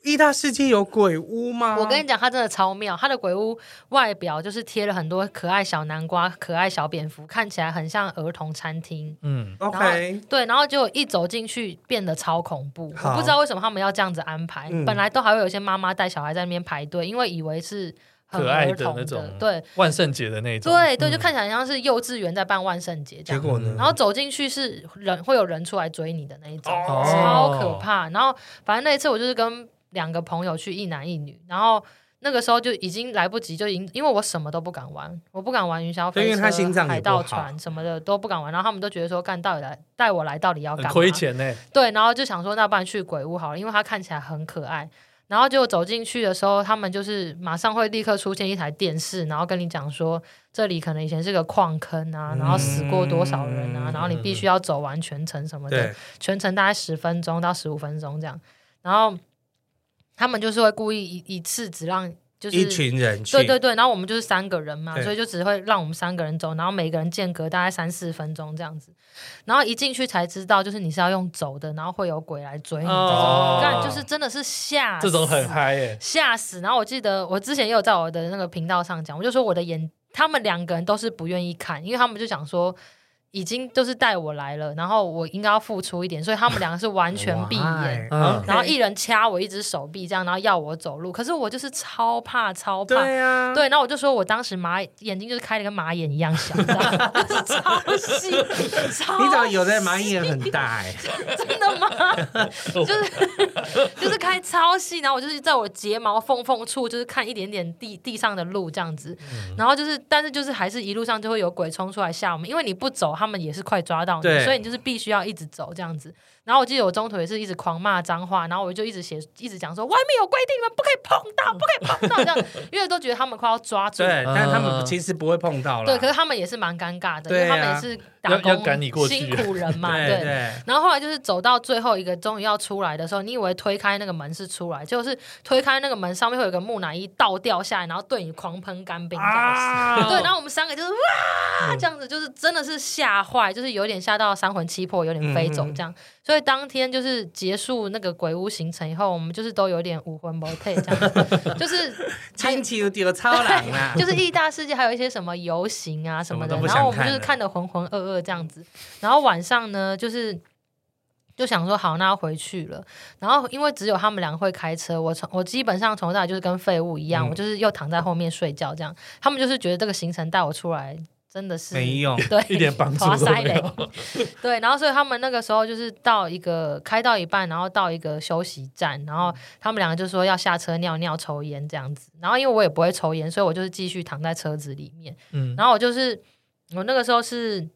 S2: 意大世界有鬼屋
S1: 啊
S2: 吗？
S3: 我跟你讲，它真的超妙。它的鬼屋外表就是贴了很多可爱小南瓜、可爱小蝙蝠，看起来很像儿童餐厅。
S1: 嗯，
S2: OK，
S3: 对，然后结果一走进去变得超恐怖，
S2: 好
S3: 我不知道为什么他们要这样子安排。
S2: 嗯
S3: 本来都还会有一些妈妈带小孩在那边排队，因为以为是很
S1: 可爱
S3: 儿
S1: 的
S3: 童
S1: 那种
S3: 对
S1: 万圣节的那种，
S3: 对对，
S1: 嗯
S3: 就看起来很像是幼稚园在办万圣节这
S2: 结
S3: 样。
S2: 果呢？
S3: 然后走进去是人会有人出来追你的那一种，
S1: 哦
S3: 超可怕。然后反正那一次我就是跟两个朋友去，一男一女，然后那个时候就已经来不及，就已经因为我什么都不敢玩，我不敢玩云霄飞车、
S2: 对因为他心脏也
S3: 海
S2: 不好
S3: 盗船什么的都不敢玩。然后他们都觉得说，干到底来带我来到底要干
S1: 很
S3: 嘛？
S1: 亏钱呢。
S3: 对，然后就想说，那不然去鬼屋好了，因为它看起来很可爱。然后就走进去的时候，他们就是马上会立刻出现一台电视，然后跟你讲说，这里可能以前是个矿坑啊，然后死过多少人啊，
S2: 嗯
S3: 然后你必须要走完全程什么的
S2: 对，，
S3: 全程大概十分钟到十五分钟这样。然后他们就是会故意一一次只让就是
S2: 一群人去，
S3: 对对对，然后我们就是三个人嘛，
S2: 对
S3: 所以就只会让我们三个人走，然后每个人间隔大概三四分钟这样子。然后一进去才知道，就是你是要用走的，然后会有鬼来追你。
S1: 哦
S3: 干、就是真的是吓死
S1: 这种很嗨耶，
S3: 吓死。然后我记得我之前也有在我的那个频道上讲，我就说我的眼，他们两个人都是不愿意看，因为他们就想说。已经就是带我来了，然后我应该要付出一点，所以他们两个是完全闭眼，
S2: Why？
S1: 嗯
S2: OK
S3: 然后一人掐我一只手臂，这样，然后要我走路。可是我就是超怕，超怕。
S2: 对啊，
S3: 对，然后我就说我当时马眼睛就是开的跟马眼一样小，你知道吗 (laughs) 就是超细，超
S2: 你怎么有的蚂蚁也很大
S3: (laughs)
S2: 哎、
S3: 真的吗？ (laughs) 就是就是开超细，然后我就是在我睫毛缝缝处，就是看一点点地地上的路这样子，然后就是但是就是还是一路上就会有鬼冲出来吓我们，因为你不走，他们也是快抓到你，
S2: 对
S3: 所以你就是必须要一直走这样子。然后我记得我中途也是一直狂骂脏话，然后我就一直写，一直讲说外面有规定，你们不可以碰到，不可以碰到这样， (laughs) 因为都觉得他们快要抓住我
S2: 对，但他们
S1: 嗯
S2: 其实不会碰到了。
S3: 对，可是他们也是蛮尴尬的，因
S2: 对啊
S3: 为他们也是打
S1: 要要
S3: 工
S1: 赶你过去
S3: 辛苦人嘛，
S2: 对
S3: (laughs) 对。
S2: 对
S3: 然后后来就是走到最后一个，终于要出来的时候，你以为推开那个门是出来，就是推开那个门上面会有一个木乃伊倒掉下来，然后对你狂喷干冰这样子。
S2: 啊
S3: 对，然后我们三个就是哇，这样子就是真的是吓坏，就是有点吓到三魂七魄，有点飞走这样。所以当天就是结束那个鬼屋行程以后，我们就是都有点武魂不退这样子， (laughs) 就是
S2: 亲手丢超人啊啦，(laughs)
S3: (laughs) 就是意大世界还有一些什么游行啊什么的
S2: 什么都，不想
S3: 然后我们
S2: 看
S3: 就是
S2: 了
S3: 看的浑浑噩噩这样子，然后晚上呢就是。就想说好，那要回去了。然后因为只有他们两个会开车，我从我基本上从那就是跟废物一样，
S2: 嗯
S3: 我就是又躺在后面睡觉这样。他们就是觉得这个行程带我出来真的是
S2: 没用。
S3: 对，
S1: 一点帮助
S3: 花
S1: 都
S3: 塞
S1: 没
S3: 嘞
S1: 有。
S3: 对，然后所以他们那个时候就是到一个开到一半，然后到一个休息站，然后他们两个就说要下车尿尿、抽烟这样子。然后因为我也不会抽烟，所以我就是继续躺在车子里面。
S1: 嗯，
S3: 然后我就是我那个时候是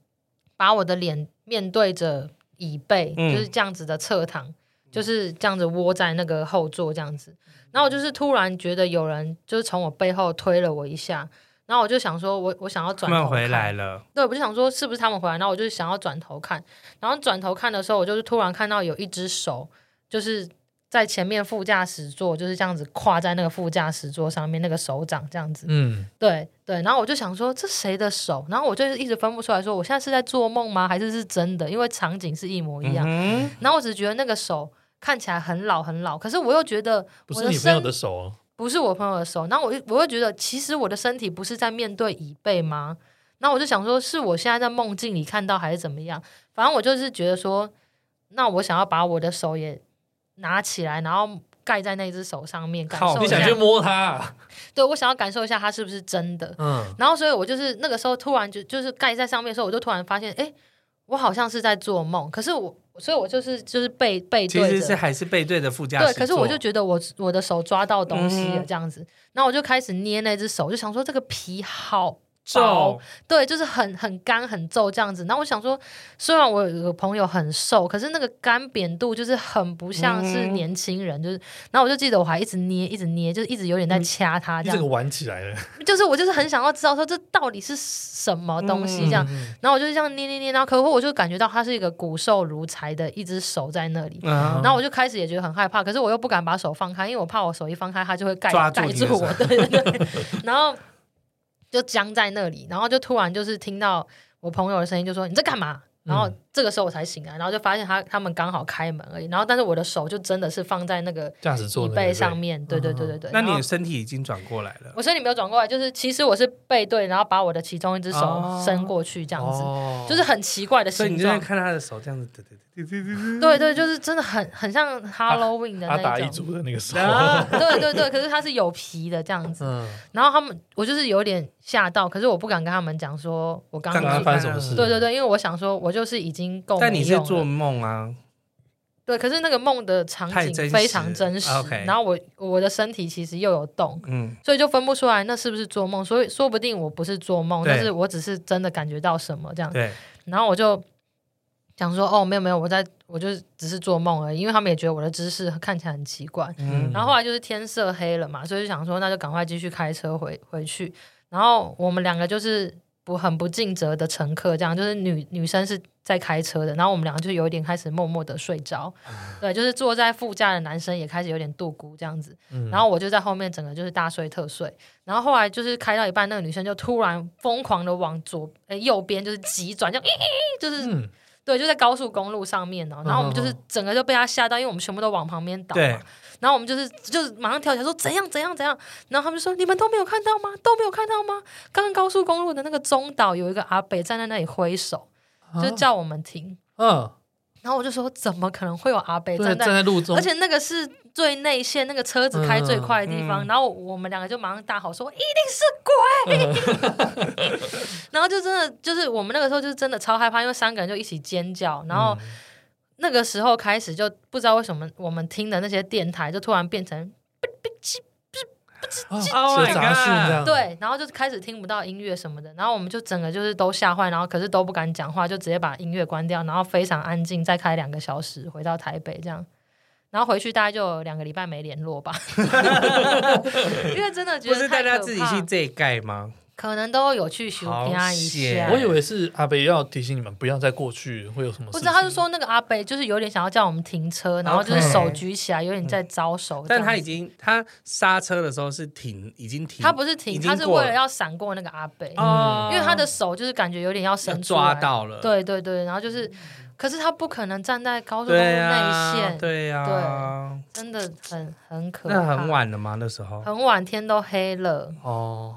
S3: 把我的脸面对着椅背，
S2: 嗯
S3: 就是这样子的侧躺。就是这样子窝在那个后座这样子。然后我就是突然觉得有人就是从我背后推了我一下，然后我就想说我我想要
S2: 他
S3: 转
S2: 们
S3: 头
S2: 回
S3: 看
S2: 来了，
S3: 对，我就想说是不是他们回来，然后我就想要转头看，然后转头看的时候，我就是突然看到有一只手，就是在前面副驾驶座，就是这样子跨在那个副驾驶座上面，那个手掌这样子，
S1: 嗯，
S3: 对对，然后我就想说这谁的手，然后我就一直分不出来说我现在是在做梦吗，还是是真的，因为场景是一模一样，
S2: 嗯哼，
S3: 然后我只觉得那个手看起来很老很老，可是我又觉得
S1: 不
S3: 我
S1: 是
S3: 的
S1: 你朋友
S3: 身
S1: 的手哦，
S3: 不是我朋友的手，然后我就我又觉得，其实我的身体不是在面对椅背吗？然后我就想说，是我现在在梦境里看到还是怎么样？反正我就是觉得说，那我想要把我的手也拿起来，然后盖在那只手上面，感
S2: 靠
S3: 受
S1: 你
S3: 一
S1: 想
S3: 下
S1: 去。摸它，
S3: 对我想要感受一下它是不是真的。
S1: 嗯，
S3: 然后，所以我就是那个时候突然就就是盖在上面的时候，我就突然发现，哎，我好像是在做梦。可是我，所以我就是就是背背
S2: 其
S3: 对着，
S2: 实是还是背对着副驾驶
S3: 对，
S2: 座，
S3: 可是我就觉得我我的手抓到东西
S2: 嗯
S3: 了
S2: 哼
S3: 这样子，然后我就开始捏那只手，就想说这个皮好
S2: 皱，，
S3: 薄对，就是很很干很皱这样子。然后我想说，虽然我有个朋友很瘦，可是那个干扁度就是很不像是
S2: 嗯
S3: 年轻人，就是。然后我就记得我还一直捏一直捏，就是一直有点在掐它
S1: 你
S3: 这
S1: 整
S3: 样
S1: 个，玩起来了，
S3: 就是我就是很想要知道说这到底是什么东西这样。
S1: 嗯
S3: 然后我就这样捏捏捏，然后可是我就感觉到它是一个骨瘦如柴的一只手在那里。
S2: 嗯，
S3: 然后我就开始也觉得很害怕，可是我又不敢把手放开，因为我怕我手一放开，它就会盖
S2: 抓住
S3: 盖
S2: 你的
S3: 住我，对对对。然后就僵在那里，然后就突然就是听到我朋友的声音，就说你在干嘛？然后
S1: 嗯
S3: 这个时候我才醒来，然后就发现他他们刚好开门而已，然后但是我的手就真的是放在那个
S1: 驾驶座那
S3: 椅
S1: 个
S3: 背
S1: 对
S3: 上面，对对对对对。
S2: 嗯那
S3: 然
S2: 你
S3: 后
S2: 身体已经转过来了，
S3: 我身体没有转过来，就是其实我是背对，然后把我的其中一只手
S2: 哦
S3: 伸过去这样子，
S1: 哦
S3: 就是很奇怪的
S2: 所以
S3: 形
S2: 你就在
S3: 状。
S2: 看他的手这样子，对对对对对对
S3: 对对，就是真的很很像 Halloween 的
S1: 阿
S3: 那
S1: 达
S3: 一
S1: 一
S3: 种。
S1: 族的那个手，
S3: (laughs)
S2: 啊
S3: 对对对，可是它是有皮的这样子。
S1: 嗯，
S3: 然后他们，我就是有点吓到，可是我不敢跟他们讲说我刚
S2: 刚
S1: 刚
S3: 刚
S1: 刚发生什么事？
S3: 对对对，因为我想说，我就是已经够
S2: 但
S3: 没
S2: 你是
S3: 用
S2: 做
S3: 了
S2: 梦啊，
S3: 对，可是那个梦的场
S2: 太真
S3: 景
S2: 实
S3: 非常真实，
S2: OK
S3: 然后我我的身体其实又有动，
S2: 嗯，
S3: 所以就分不出来那是不是做梦，所以说不定我不是做梦，
S2: 对
S3: 但是我只是真的感觉到什么这样。
S2: 对，
S3: 然后我就想说，哦，没有没有，我在我就只是做梦而已，因为他们也觉得我的姿势看起来很奇怪，
S2: 嗯，
S3: 然后后来就是天色黑了嘛，所以就想说那就赶快继续开车回回去。然后我们两个就是不很不尽责的乘客，这样就是女女生是在开车的，然后我们两个就有一点开始默默的睡着，对，就是坐在副驾的男生也开始有点度孤这样子。
S1: 嗯
S3: 然后我就在后面整个就是大睡特睡。然后后来就是开到一半，那个女生就突然疯狂的往左呃右边就是急转，就就是、
S1: 嗯，
S3: 对，就在高速公路上面哦。然后我们就是整个就被她吓到，因为我们全部都往旁边倒
S2: 对
S3: 嘛。然后我们就是就是马上跳起来说怎样怎样怎样，然后他们就说你们都没有看到吗？都没有看到吗？刚刚高速公路的那个中岛有一个阿北站在那里挥手，就叫我们停。
S1: 嗯，
S3: 然后我就说怎么可能会有阿北
S1: 对，
S3: 站
S1: 站
S3: 在？
S1: 在路中，
S3: 而且那个是最内线，那个车子开最快的地
S2: 嗯
S3: 方。
S2: 嗯
S3: 然后我们两个就马上大吼说一定是鬼。然后就真的就是我们那个时候就是真的超害怕，因为三个人就一起尖叫，然后。那个时候开始就不知道为什么我们听的那些电台就突然变成
S1: 啊
S2: Oh my
S1: 是杂讯这样，，
S3: 对，然后就开始听不到音乐什么的，然后我们就整个就是都吓坏，然后可是都不敢讲话，就直接把音乐关掉，然后非常安静，再开两个小时回到台北这样，然后回去大概就有两个礼拜没联络吧， (laughs) 因为真的觉
S2: 不
S3: 得
S2: 是
S3: 太
S2: 大家
S3: 可
S2: 自己
S3: 怕
S2: 去这一盖吗？
S3: 可能都有去啊修
S2: 好
S3: 他一
S2: 险
S3: 下
S1: 我。以为是阿北要提醒你们不要再过去会有什么事情，
S3: 不知道，他就说那个阿北就是有点想要叫我们停车，然后就是
S2: OK
S3: 手举起来，有点在招手这
S2: 但
S3: 样子。
S2: 他已经他刹车的时候是停，已经停，
S3: 他不是
S2: 已
S3: 停，
S2: 经
S3: 他是
S2: 过
S3: 为了要闪过那个阿北，
S2: 哦
S3: 因为他的手就是感觉有点要伸出
S2: 抓
S3: 来，
S2: 到了，
S3: 对对对，然后就是，可是他不可能站在高速公
S2: 嗯
S3: 路
S2: 对
S3: 内
S2: 呀
S3: 线，，
S2: 对呀，
S3: 真的很很可怕。
S2: 那很，晚了哦吗？那时候
S3: 很晚，天都黑了。
S1: 哦，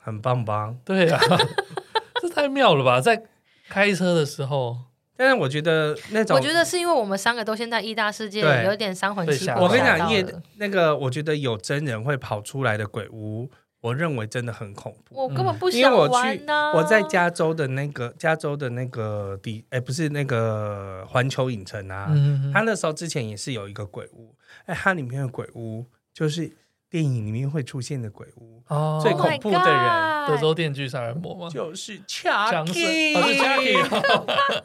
S2: 很棒棒，
S1: 对啊， (laughs) 这太妙了吧，在开车的时候，
S2: 但是我觉得那种
S3: 我觉得是因为我们三个都现在意大世界
S2: 对
S3: 有点三魂七
S1: 被吓
S3: 魄
S1: 到
S3: 吓到了。
S2: 我跟你讲，夜那个，我觉得有真人会跑出来的鬼屋，我认为真的很恐怖。
S3: 我根本不
S2: 嗯因为
S3: 想
S2: 我去
S3: 玩呐、
S2: 我在加州的那个加州的那个地，哎，不是那个环球影城啊，
S1: 嗯，
S2: 它那时候之前也是有一个鬼屋，哎，它里面的鬼屋就是电影里面会出现的鬼屋，
S1: 哦，
S2: 最
S3: Oh
S2: 恐
S3: my
S2: 怖的人
S3: God
S1: 德州电锯杀人魔吗？
S2: 就是啊
S1: 强森，哦是
S2: Chucky，
S1: Chucky，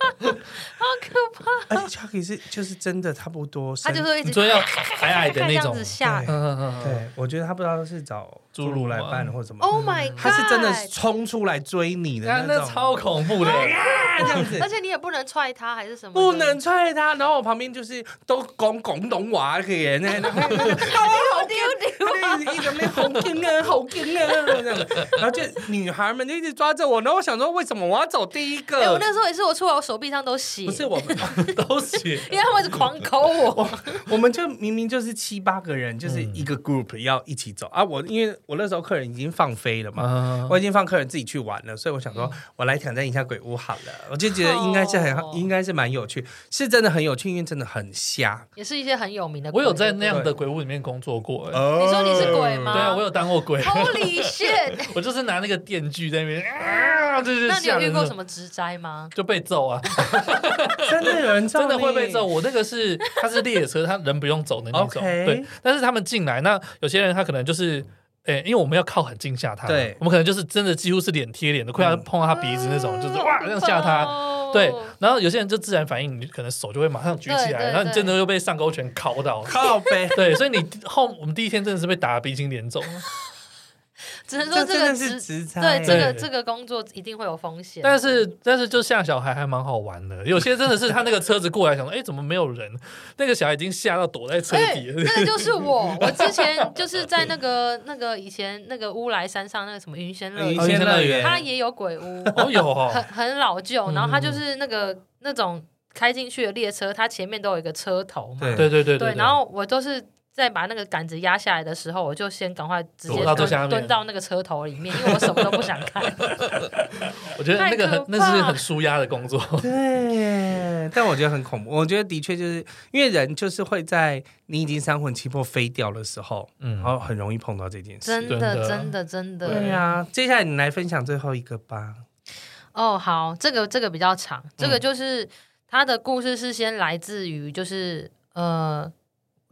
S3: 好可怕！
S2: (laughs) 而且 Chucky 是就是真的差不多
S3: 他
S2: 身，
S3: 就会一
S1: 你
S3: 直
S1: 说要矮矮的那
S3: 这样
S1: 种
S3: 子，吓
S2: 对
S1: 嗯嗯嗯嗯，
S2: 对，我觉得他不知道是找
S1: 侏儒
S2: 侏儒来
S1: 吗
S2: 办或什么，
S3: ，Oh my god！
S2: 他是真的冲出来追你的
S1: 那
S2: 那
S1: 那
S2: 种，
S1: 超恐怖的，
S2: 啊
S3: (laughs)
S2: 这样子
S3: 而。且你也不能踹他还是什么的，
S2: 不能踹他，然后我旁边就是都讲广东话的人呢，然后那个
S3: 好丢脸。
S2: 他就一直没好劲啊，好劲啊这样子，然后就女孩们就一直抓着我，然后我想说为什么我要走第一
S3: 哎，我
S2: 个？
S3: 那时候也是，我出来我手臂上都血，
S2: 不是我们，
S1: 都 (laughs) 写
S3: 因为他们一直狂抠我。
S2: 我们就明明就是七八个人，就是一个 group 要一起走啊。我因为我那时候客人已经放飞了嘛，
S1: 啊
S2: 我已经放客人自己去玩了，所以我想说，我来挑战一下鬼屋好了。我就觉得应该是很
S3: 哦，
S2: 应该是蛮有趣，是真的很有趣，因为真的很瞎。
S3: 也是一些很有名的鬼
S1: 我
S3: 屋。
S1: 有在那样的鬼屋里面工作过，哎
S2: 哦
S3: 你说你是鬼吗
S1: 对啊，我有当过鬼，
S3: Holy shit！
S1: 我就是拿那个电锯在那边啊， (laughs) 就是
S3: 那你有遇过什
S1: 么？
S3: 么职灾吗？
S1: 就被揍
S2: (laughs)
S1: 啊，
S2: 真的有人揍
S1: 真的会
S2: 你
S1: 被揍。。我那个是他是列车，他人不用走的那种，
S2: OK
S1: 对。但是他们进来，那有些人他可能就是。诶、因为我们要靠很近吓他，
S2: 对嗯
S1: 我们可能就是真的几乎是脸贴脸的，快要碰到他鼻子那种，就是哇这样吓他，
S3: 哦
S1: 对，然后有些人就自然反应，你可能手就会马上举起
S3: 对对
S1: 来，然后你
S3: 对
S1: 真的又被上勾拳敲
S3: (laughs)
S1: 到。
S2: 靠背，
S1: 对，所以你后我们第一天真的是被打得鼻青脸肿，
S3: 只能
S2: 这
S3: 说这
S2: 真
S3: 个
S2: 的是
S3: 职。
S2: 直差。欸
S3: 对这个
S1: 对
S3: 这个工作一定会有风险，
S1: 但是但是就吓小孩还蛮好玩的。有些真的是他那个车子过来，想说哎、怎么没有人？那个小孩已经吓到躲在车
S3: 哎，
S1: 底了。
S3: 那个就
S1: (laughs)
S3: 是我，我之前就是在那个那个以前那个乌来山上那个什么云仙乐
S2: 哦云
S1: 哦仙
S3: 园，
S2: 仙乐园，
S3: 它也有鬼屋，
S1: 哦有
S3: (laughs) 很
S1: 哦，
S3: 很老旧，
S1: 嗯
S3: 然后它就是那个那种开进去的列车，它前面都有一个车头嘛，
S2: 对
S1: 对对对
S3: 对，然后我都是在把那个杆子压下来的时候，我就先赶快直接
S1: 躲到最下
S3: 蹲
S1: 面
S3: 蹲到那个车头里面，因为我什么都不想
S1: (laughs)
S3: 看。
S1: 我觉得那个
S3: 太
S1: 很
S3: 可
S1: 那
S3: 怕
S1: 是很舒压的工作。
S2: 对，但我觉得很恐怖。我觉得的确就是因为人就是会在你已经三魂七魄飞掉的时候，
S1: 嗯
S2: 然后很容易碰到这件
S3: 真
S2: 事。
S3: 的，真
S1: 真
S3: 的，真
S2: 对
S3: 的。
S2: 呀、接下来你来分享最后一个吧。
S3: 哦，好，这个这个比较长，这
S1: 嗯
S3: 个就是他的故事是先来自于就是呃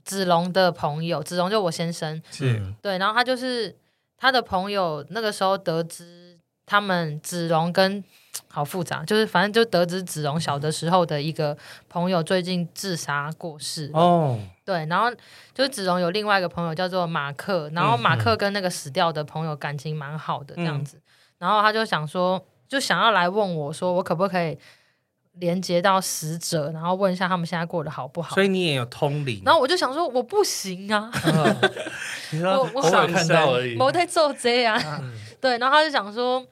S3: 子龙的朋友，子龙就我先生，
S1: 嗯
S3: 对，然后他就是他的朋友，那个时候得知他们子龙跟好复杂，就是反正就得知子龙小的时候的一个朋友最近自杀过世，
S2: 哦，
S3: 对，然后就是子龙有另外一个朋友叫做马克，然
S2: 嗯
S3: 后马克跟那个死掉的朋友感情蛮好的这样子，然后他就想说，就想要来问我说，我可不可以连接到死者，然后问一下他们现在过得好不好
S2: 所？以你也有通灵。
S3: 然后我就想说，我不行啊。
S2: (laughs) 你
S3: 我
S2: 说
S1: 偶
S3: 我
S1: 尔
S2: 上
S1: 看
S2: 升
S1: 到而
S3: (laughs)
S1: 已。嗯
S3: 没在做这啊。
S2: 嗯
S3: (laughs) 对，然后他就想说，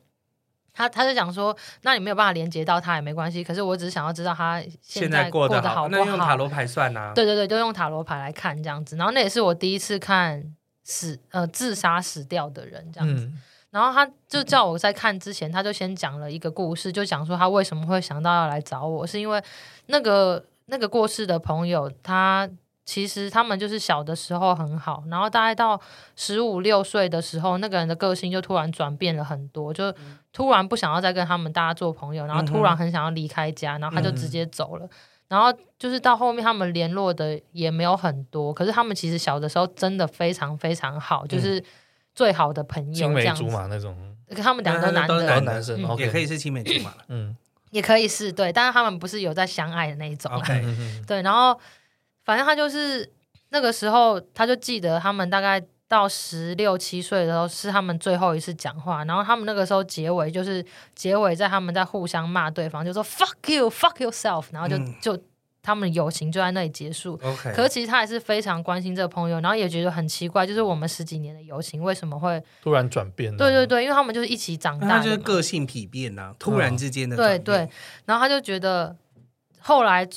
S3: 他他就想说，那你没有办法连接到他也没关系，可是我只是想要知道他
S2: 现
S3: 在
S2: 在过
S3: 得
S2: 得好，
S3: 不
S2: 那用塔
S3: 好。
S2: 罗牌算啊。
S3: 对对对，就用塔罗牌来看这样子。然后那也是我第一次看死呃自杀死掉的人这样子。
S1: 嗯
S3: 然后他就叫我在看之前，他就先讲了一个故事，就讲说他为什么会想到要来找我，是因为那个那个过世的朋友，他其实他们就是小的时候很好，然后大概到十五六岁的时候，那个人的个性就突然转变了很多，就
S1: 嗯
S3: 突然不想要再跟他们大家做朋友，然后突然很想要离开家，然后
S1: 嗯
S3: 他就直接走了。然后就是到后面他们联络的也没有很多，可是他们其实小的时候真的非常非常好，就是最好的朋友
S1: 嗯青
S3: 这
S1: 梅
S3: 样子
S1: 竹。马那种，
S3: 可他们两个都
S2: 对
S3: 男
S2: 都是
S1: 然后
S3: 的，
S1: 男生
S3: 嗯
S1: OK，
S2: 也可以是青梅竹
S3: (laughs)
S2: 马了。
S1: 嗯
S3: 也可以是对，但是他们不是有在相爱的那一种啦。
S1: 嗯
S2: OK，
S1: 嗯
S3: 对，然后反正他就是那个时候，他就记得他们大概到十六七岁的时候是他们最后一次讲话，然后他们那个时候结尾就是结尾在他们在互相骂对方，就说 fuck you fuck yourself，然后就、
S2: 嗯
S3: 就他们友情就在那里结束。
S2: OK，
S3: 可是其实他还是非常关心这个朋友，然后也觉得很奇怪，就是我们十几年的友情为什么会？
S1: 突然转变了。
S3: 对对对，因为他们就是一起长
S2: 那
S3: 大
S2: 嗯
S3: 的
S2: 他
S3: 嘛，
S2: 就是个性丕变呐，突
S1: 嗯
S2: 然之间的
S3: 对
S2: 转变
S3: 对，，然后他就觉得，后来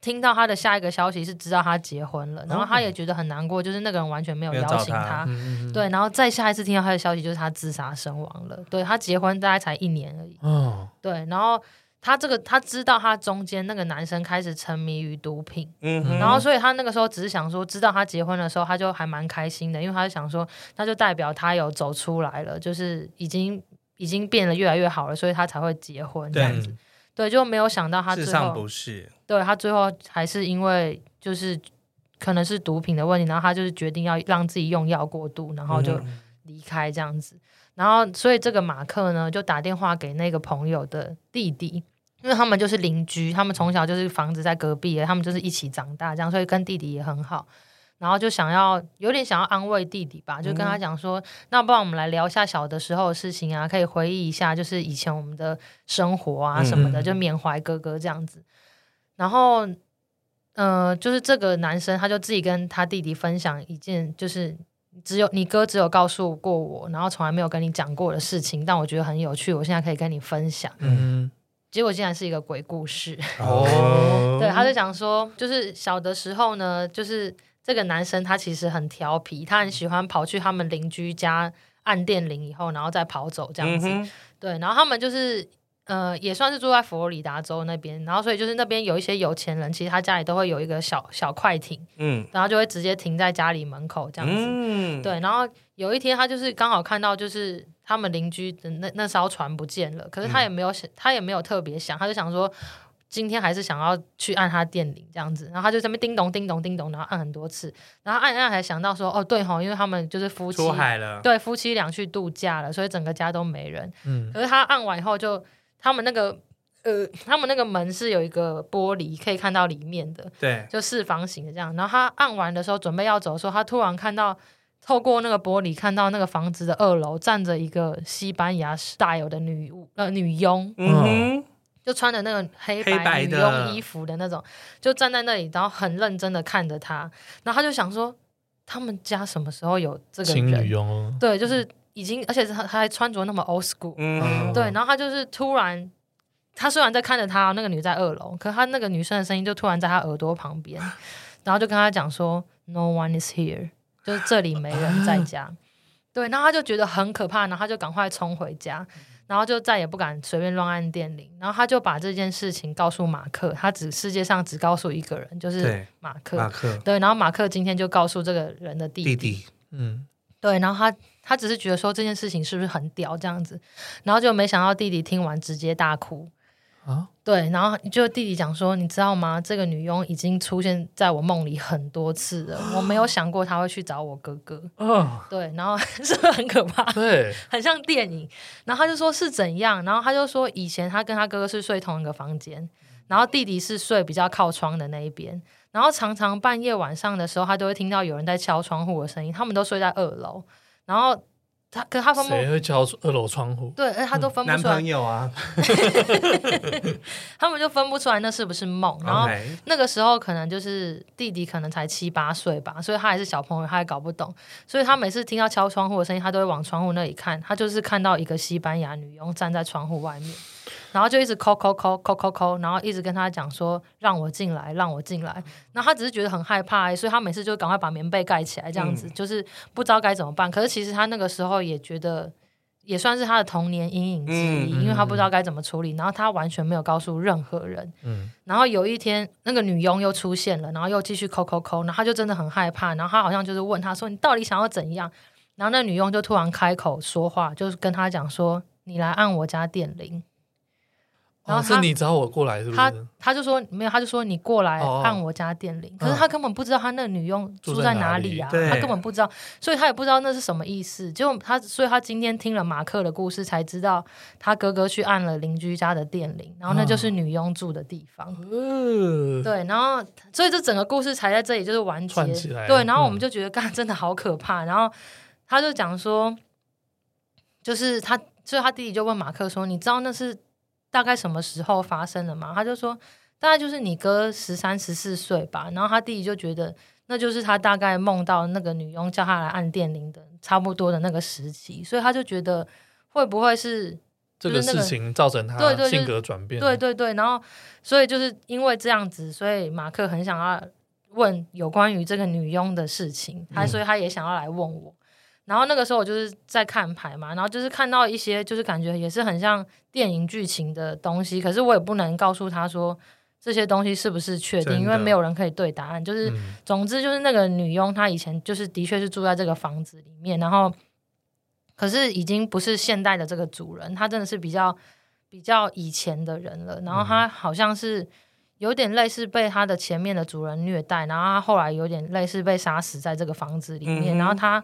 S3: 听到他的下一个消息是知道他结婚了，然后他也觉得很难过，就是那个人完全没有
S2: 哦没有
S3: 邀
S2: 找
S3: 请
S2: 他
S3: 他。
S1: 嗯，嗯嗯
S3: 对，然后再下一次听到他的消息就是他自杀身亡了。对他结婚大概才一年而已。
S1: 哦，
S3: 对，然后他这个他知道他中间那个男生开始沉迷于毒品，
S2: 嗯
S1: 嗯
S2: 哼，
S3: 然后，所以他那个时候只是想说，知道他结婚的时候，他就还蛮开心的，因为他就想说，那就代表他有走出来了，就是已经已经变得越来越好了，所以他才会结婚这
S2: 对
S3: 样子。对，就没有想到他
S2: 至
S3: 最
S2: 上
S3: 后，
S2: 不是，
S3: 对他最后还是因为就是可能是毒品的问题，然后他就是决定要让自己用药过度，然后就
S2: 嗯
S3: 离开这样子。然后，所以这个马克呢，就打电话给那个朋友的弟弟，因为他们就是邻居，他们从小就是房子在隔壁，他们就是一起长大，这样，所以跟弟弟也很好。然后就想要有点想要安慰弟弟
S1: 嗯
S3: 吧，就跟他讲说，那不然我们来聊一下小的时候的事情啊，可以回忆一下，就是以前我们的生活啊什么的，
S1: 嗯
S3: 就缅怀哥哥这样子。然后，呃，就是这个男生他就自己跟他弟弟分享一件，就是只有你哥只有告诉过我，然后从来没有跟你讲过的事情，但我觉得很有趣，我现在可以跟你分享。
S1: 嗯，
S3: 结果竟然是一个鬼故事。
S2: 哦，
S3: (laughs) 对，他就讲说，就是小的时候呢，就是这个男生他其实很调皮，他很喜欢跑去他们邻居家按电铃以后，然后再跑走这样子。
S2: 嗯哼
S3: 对，然后他们就是呃，也算是住在佛罗里达州那边，然后所以就是那边有一些有钱人，其实他家里都会有一个小小快艇，
S2: 嗯
S3: 然后就会直接停在家里门口这样子。
S2: 嗯，
S3: 对，然后有一天他就是刚好看到，就是他们邻居的那那艘船不见了，可是他也没有
S2: 嗯
S3: 想，他也没有特别想，他就想说今天还是想要去按他电铃这样子，然后他就在那边叮咚叮咚叮咚，然后按很多次，然后按一按还想到说哦对吼，因为他们就是夫妻
S2: 出，海了，
S3: 对夫妻俩去度假了，所以整个家都没人。
S1: 嗯，
S3: 可是他按完以后就他们那个。呃，他们那个门是有一个玻璃，可以看到里面的，
S2: 对，
S3: 就四方形的这样。然后他按完的时候，准备要走的时候，他突然看到透过那个玻璃看到那个房子的二楼站着一个西班牙 style 的女巫呃女佣，
S2: 嗯哼，
S3: 就穿着那个黑
S2: 黑白
S3: 白女
S2: 的
S3: 佣衣服的那种，就站在那里，然后很认真的看着他，然后他就想说，他们家什么时候有这个
S1: 情侣
S3: 人？
S1: 佣哦，
S3: 对，就是已经，而且是他他还穿着那么 old school，
S2: 嗯哼，
S3: 对，然后他就是突然，他虽然在看着他那个女在二楼，可他那个女生的声音就突然在他耳朵旁
S2: (laughs)
S3: 边，然后就跟他讲说 “No one is here”，就是这里没人在
S2: (laughs)
S3: 家。对，然后他就觉得很可怕，然后他就赶快冲回家，
S2: 嗯
S3: 然后就再也不敢随便乱按电铃，然后他就把这件事情告诉马克，他只世界上只告诉一个人，就是
S2: 对，
S3: 马克。
S2: 马克
S3: 对，然后马克今天就告诉这个人的弟
S2: 弟弟，
S1: 嗯，
S3: 对，然后他他只是觉得说这件事情是不是很屌这样子，然后就没想到弟弟听完直接大哭。
S1: 啊，
S3: 对，然后就弟弟讲说，你知道吗？这个女佣已经出现在我梦里很多次了，我没有想过她会去找我哥哥。
S1: 哦，
S3: 对，然后 (laughs) 是不是很可怕？
S1: 对，
S3: 很像电影。然后他就说是怎样，然后他就说以前他跟他哥哥是睡同一个房间，然后弟弟是睡比较靠窗的那一边。然后常常半夜晚上的时候，他都会听到有人在敲窗户的声音。他们都睡在二楼，然后他可 (laughs) 他分不
S1: 谁会敲二楼窗户？
S3: 对，哎而且他都分不
S2: 男
S3: 出来，
S2: 朋友啊，
S3: 他们就分不出来那是不是梦。然后
S2: OK
S3: 那个时候可能就是弟弟可能才七八岁吧，所以他还是小朋友，他还搞不懂，所以他每次听到敲窗户的声音，他都会往窗户那里看，他就是看到一个西班牙女佣站在窗户外面，然后就一直抠抠抠抠抠抠，然后一直跟他讲说让我进来，让我进来，然后他只是觉得很害怕、欸所以他每次就赶快把棉被盖起来，这样子、
S1: 嗯
S3: 就是不知道该怎么办。可是其实他那个时候也觉得。也算是他的童年阴影之一，
S1: 嗯
S3: 因为他不知道该怎么处理，然后他完全没有告诉任何人，
S1: 嗯，
S3: 然后有一天，那个女佣又出现了，然后又继续抠抠抠，然后他就真的很害怕，然后他好像就是问他说：“你到底想要怎样？”然后那女佣就突然开口说话，就是跟他讲说：“你来按我家电铃。”然
S1: 哦，
S3: 后他
S1: 是你找我过来是不
S3: 他
S1: 是？
S3: 他就说没有，他就说你过来
S1: 哦
S3: 按我家电铃。
S1: 嗯
S3: 可是他根本不知道他那个女佣住在哪里啊，
S2: 哦住在哪里
S3: 他
S2: 对
S3: 根本不知道，所以他也不知道那是什么意思。结果他，所以他今天听了马克的故事，才知道他哥哥去按了邻居家的电铃，然后那
S2: 啊
S3: 就是女佣住的地方。
S1: 呃，
S3: 对，然后所以这整个故事才在这里就是完结
S1: 串起来，
S3: 对，然后我们
S1: 嗯
S3: 就觉得干、真的好可怕，然后他就讲说，就是他，所以他弟弟就问马克说，你知道那是大概什么时候发生的吗？他就说大概就是你哥十三十四岁吧，然后他弟弟就觉得那就是他大概梦到那个女佣叫他来按电铃的差不多的那个时期，所以他就觉得会不会是
S1: 这
S3: 就
S1: 个
S3: 是那个
S1: 事情造成他
S3: 对对就是
S1: 性格转变，
S3: 对对对，然后所以就是因为这样子，所以马克很想要问有关于这个女佣的事情，
S2: 嗯
S3: 他所以他也想要来问我。然后那个时候我就是在看牌嘛，然后就是看到一些就是感觉也是很像电影剧情的东西，可是我也不能告诉他说这些东西是不是确定，
S2: 真
S3: 因为
S2: 的
S3: 没有人可以对答案。就是、
S1: 嗯
S3: 总之就是那个女佣她以前就是的确是住在这个房子里面，然后可是已经不是现代的这个主人，她真的是比较比较以前的人了。然后她好像是有点类似被他的前面的主人虐待，然后他后来有点类似被杀死在这个房子里
S2: 嗯
S3: 面，
S2: 哼
S3: 然后他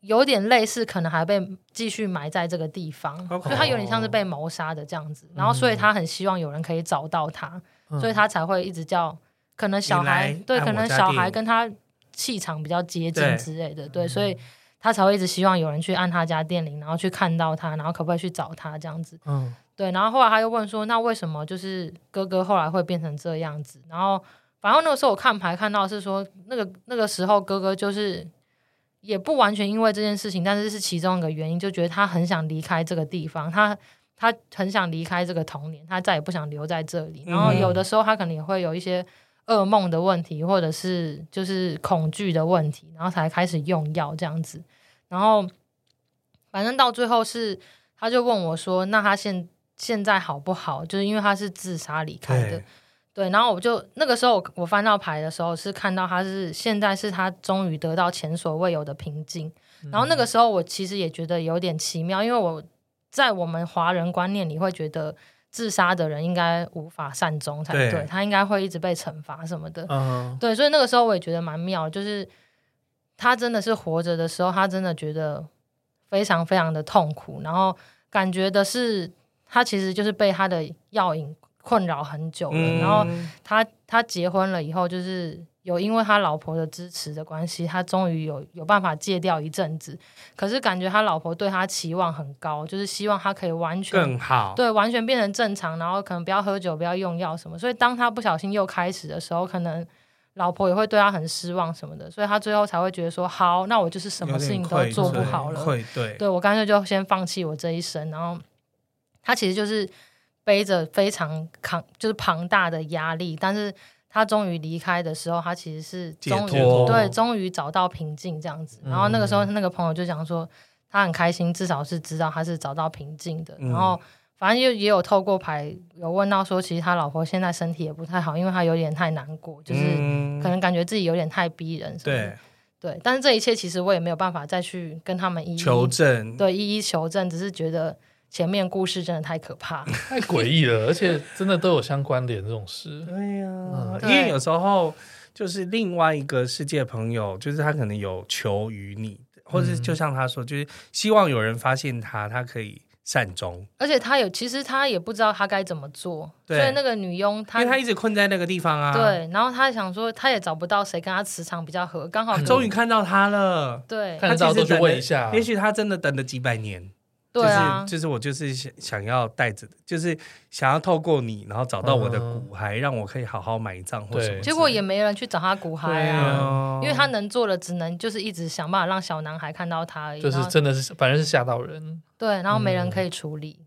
S3: 有点类似可能还被继续埋在这个地方，
S2: OK
S3: 所以他有点像是被谋杀的这样子，然后所以他很希望有人可以找到他，
S1: 嗯
S3: 所以他才会一直叫，可能小孩
S2: 你来
S3: 对，
S2: 按
S3: 可能
S2: 我家
S3: 小
S2: 电嗯
S3: 孩跟他气场比较接
S2: 对
S3: 近之类的，对，所以他才会一直希望有人去按他家电铃，然后去看到他，然后可不可以去找他这样子。
S1: 嗯，
S3: 对，然后后来他又问说，那为什么就是哥哥后来会变成这样子？然后反正那个时候我看牌看到是说，那个那个时候哥哥就是也不完全因为这件事情，但是是其中一个原因，就觉得他很想离开这个地方，他他很想离开这个童年，他再也不想留在这里。然后有的时候他可能也会有一些噩梦的问题，或者是就是恐惧的问题，然后才开始用药这样子。然后反正到最后是，他就问我说：“那他现现在好不好？”就是因为他是自杀离开的。
S2: 对
S3: 对，然后我就那个时候我我翻到牌的时候是看到他是现在是他终于得到前所未有的平静，然后那个时候我其实也觉得有点奇妙，因为我在我们华人观念里会觉得自杀的人应该无法善终才
S2: 对
S3: 对，他应该会一直被惩罚什么的。
S2: 嗯，
S3: 对，所以那个时候我也觉得蛮妙的，就是他真的是活着的时候，他真的觉得非常非常的痛苦，然后感觉的是他其实就是被他的药瘾困扰很久了，
S2: 嗯
S3: 然后他他结婚了以后，就是有因为他老婆的支持的关系，他终于有有办法戒掉一阵子。可是感觉他老婆对他期望很高，就是希望他可以完全
S2: 更好，
S3: 对完全变成正常，然后可能不要喝酒、不要用药什么。所以当他不小心又开始的时候，可能老婆也会对他很失望什么的，所以他最后才会觉得说：好，那我就是什么事情都做不好了，
S2: 愧对，
S3: 对我干脆就先放弃我这一生，然后他其实就是背着非常扛，就是庞大的压力，但是他终于离开的时候，他其实是
S2: 解
S3: 终于
S2: 脱嗯
S3: 对，终于找到平静这样子。然后那个时候，那个朋友就讲说，他很开心，至少是知道他是找到平静
S2: 嗯
S3: 的。然后反正就也有透过牌有问到说，其实他老婆现在身体也不太好，因为他有点太难过，就是
S2: 嗯
S3: 可能感觉自己有点太逼人什么的。
S2: 对
S3: 对，但是这一切其实我也没有办法再去跟他们一一
S2: 求证，
S3: 对，一一求证，只是觉得前面故事真的太可怕。
S1: 太诡异了，而且真的都有相关联这种
S2: (laughs)
S1: 事。
S2: 对呀，因
S3: 嗯对
S2: 为有时候就是另外一个世界朋友，就是他可能有求于你，或者是
S3: 嗯
S2: 就像他说，就是希望有人发现他，他可以善终，
S3: 而且他有，其实他也不知道他该怎么做，所
S2: 对
S3: 以那个女佣
S2: 因
S3: 她
S2: 为他一直困在那个地方啊。，
S3: 对，然后她想说，她也找不到谁跟她磁场比较合，刚好
S2: 啊终于看到他了，
S3: 对
S1: 看到都去问一
S2: 他
S1: 下
S2: 其实等了，也许他真的等了几百年。
S3: 对啊
S2: 就，是就是我就是想想要带着，就是想要透过你，然后找到我的骨骸，让我可以好好埋葬或什么
S1: 对
S2: 之类的。
S3: 结果也没人去找她骨
S2: 对
S3: 骸啊，
S2: 啊，
S3: 因为她能做的只能就是一直想办法让小男孩看到她而已，
S1: 就是
S3: 然后
S1: 真的是，反正是吓到人。
S3: 对，然后没人可以处理，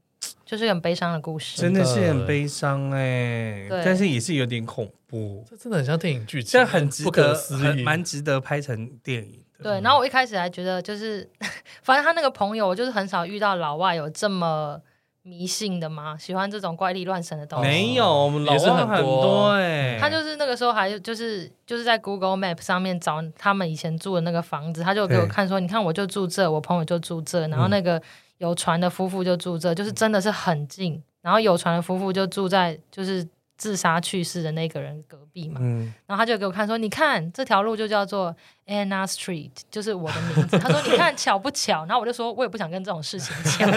S3: 就是很悲伤的故
S2: 嗯
S3: 事。
S2: 真的是很悲伤哎、
S3: 对
S2: 但是也是有点恐怖，
S1: 这真的很像电影剧情，
S2: 这很值
S1: 不可
S2: 得，
S1: 思
S2: 很
S1: 议，
S2: 蛮值得拍成电影的。
S3: 对，然后我一开始还觉得就是， (laughs) 反正他那个朋友，我就是很少遇到老外有这么迷信的嘛，喜欢这种怪力乱神的东西。
S2: 没有，我们老
S1: 哦也是
S2: 外
S1: 很
S2: 很
S1: 多
S2: 多哎、
S3: 他就是那个时候还就是就是在 Google Map 上面找他们以前住的那个房子，他就给我
S2: 对嗯
S3: 看说，你看我就住这，我朋友就住这，然后那个有船的夫妇就住这，就是真的是很近。然后有船的夫妇就住在就是自杀去世的那个人隔壁嘛，
S2: 嗯，
S3: 然后他就给我看说：“你看这条路就叫做 Anna Street，就是我的
S2: (laughs)
S3: 名字。”他说：“你看巧不巧？”然后我就说：“我也不想跟这种事情
S2: (laughs)
S3: 讲，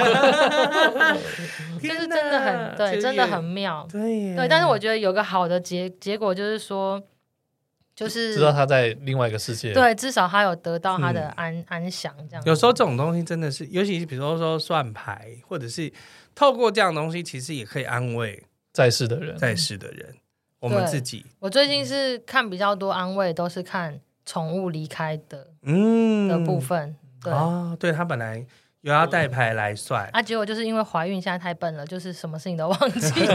S3: 就是真的
S2: 天
S3: 很对，
S2: 哪
S3: 真的很妙。
S2: 对耶
S3: 对，但是我觉得有个好的结结果就是说，就是
S1: 知道他在另外一个世界。
S3: 对，至少他有得到他的安、安详这样。
S2: 嗯有时候这种东西真的是，尤其是比如说算牌，或者是透过这样的东西，其实也可以安慰
S1: 在世的人，
S2: 在世的人，我们自己。
S3: 我最近是看比较多安慰，都是看宠物离开的
S2: 嗯
S3: 的部分。对，
S2: 哦，对他本来有要带牌来算，
S3: 啊，结果就是因为怀孕，现在太笨了，就是什么事情都忘记。
S2: 因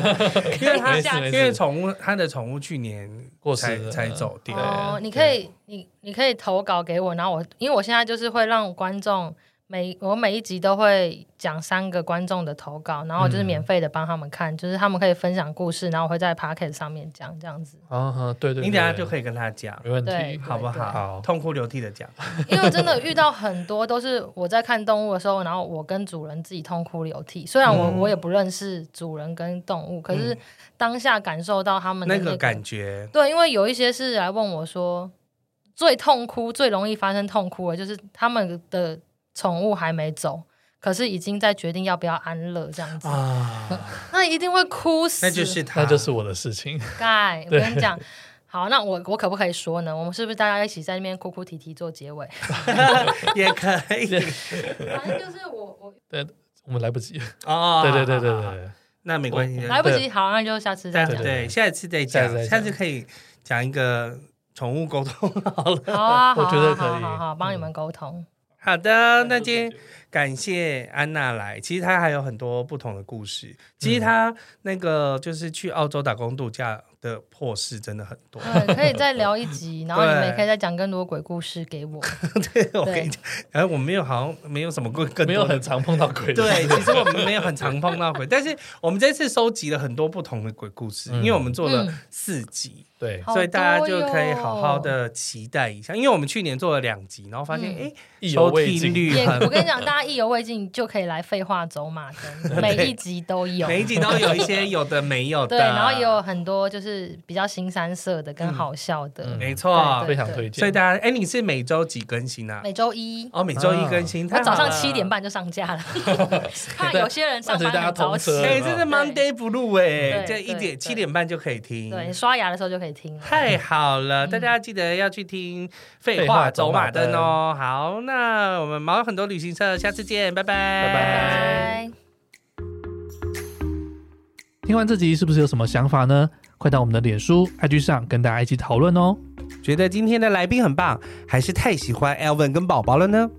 S2: 为他
S1: 没事没
S2: 因
S1: 事
S2: 为宠物他的宠物去年
S1: 过世
S2: 才
S1: 了嗯
S2: 才走掉，
S3: 哦，你可以，你你可以投稿给我，然后我，因为我现在就是会让观众每我每一集都会讲三个观众的投稿，然后就是
S2: 嗯
S3: 免费的帮他们看，就是他们可以分享故事，然后我会在 p o c k e t 上面讲这样子。
S1: 啊哈，对对，
S2: 你等下就
S1: 以，
S2: 可以跟他讲，
S1: 没问
S3: 对
S1: 题。
S2: 好不好？
S4: 好
S2: 痛哭流涕的讲，
S3: 因为我真的遇到很多都是我在看动物的时候，然后我跟主人自己痛哭流涕。虽然我、
S2: 嗯
S3: 我也不认识主人跟动物，可是
S2: 嗯
S3: 当下感受到他们的
S2: 那
S3: 那
S2: 个
S1: (laughs)
S2: 感觉，
S3: 对，因为有一些是来问我说，最痛哭、最容易发生痛哭的，就是他们的宠物还没走，可是已经在决定要不要安乐这样子，
S2: 啊，
S3: 那一定会哭死。
S2: 那就是他，
S1: 哦那就是我的事情。 (laughs)
S3: 盖，我跟你讲。好，那我我可不可以说呢？我们是不是大家一起在那边哭哭啼啼做结
S1: (laughs)
S3: 尾？
S2: (laughs) 也可以
S3: 反正就是我我
S1: 我们来不
S2: (laughs)
S1: 及。
S2: 哦。
S1: 对对对对
S2: 好好好
S1: 对，
S2: 那没关系，
S3: 来不及，好，那就下次再
S2: 对
S3: 讲
S2: 对。对，下一次再
S1: 下次
S2: 讲，
S1: 再
S2: 下
S1: 讲
S2: 次可以讲一个宠物沟通 (laughs) 好了。
S3: 好啊，好
S1: 我
S3: 啊，
S1: 觉得
S3: 好啊
S1: 可以嗯
S3: 好啊好啊，帮你们沟通。
S2: 好的，那今天感谢安娜来。其实她还有很多不同的故事。其实她那个就是去澳洲打工度假的破事真的很多。
S3: 对，可以再聊一
S1: (laughs)
S3: 集，然后你们也
S2: 对
S3: 可以再讲更多鬼故事给我。
S2: (laughs) 对，我跟你讲，然后我没有好像没有什么更更
S1: 没有
S2: 多的
S1: 很。常碰到鬼的。
S2: (laughs) 对，其实我们没有很常碰到鬼，但是我们这次收集了很多不同的鬼故事，
S1: 嗯
S2: 因为我们做了
S3: 嗯
S2: 四集，
S1: (laughs) 对，
S3: 好
S2: 所以大家
S3: 多
S2: 就可以
S3: 哟
S2: 好好的期待一下。因为我们去年做了两集，然后发现
S3: 嗯
S2: 哎，
S1: 意犹
S2: 收
S1: 未
S2: 听
S1: 尽。
S2: 率
S3: 也，
S2: 很
S3: 我跟你讲，大家意犹未尽就可以来废话走马
S2: (laughs)
S3: 灯，每一集都有。
S2: 每一集都有一些有的没有的，啊
S3: 对，然后也有很多就是比较新三色的跟好笑的，
S1: 嗯
S2: 没错
S3: 对，
S1: 非常推荐，
S2: 所以大家哎，你是每周几更新啊？
S3: 每周一。
S2: 哦，每周一更新，
S3: 我
S2: 太好
S3: 早
S2: 了
S3: 上七点。半就上架
S2: (laughs)
S3: 了，怕有些人上班很早起
S1: 那所以大家同，车
S2: 哎，这是 Monday Blue 哎，
S3: 对
S2: 这一
S3: 对
S2: 点七点半就可以听。
S3: 对，嗯刷牙的时候就可以听了。
S2: 太好了，大家记得要去听《废
S1: 废
S2: 话
S1: 话
S2: 走
S1: 走
S2: 马
S1: 马
S2: 灯》哦。好，那我们毛很多旅行社，下次见，拜拜，
S1: 拜
S3: 拜拜。
S1: 听完这集是不是有什么想法呢？快到我们的脸书、IG 上跟大家一起讨论哦。
S2: 觉得今天的来宾很棒，还是太喜欢 Elvin 跟宝宝了呢？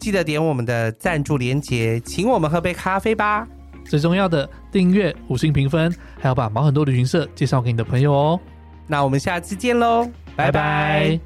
S2: 记得点我们的赞助连结，请我们喝杯咖啡吧。
S1: 最重要的，订阅、五星评分，还要把毛很多旅行社介绍给你的朋友哦。
S2: 那我们下次见喽，拜拜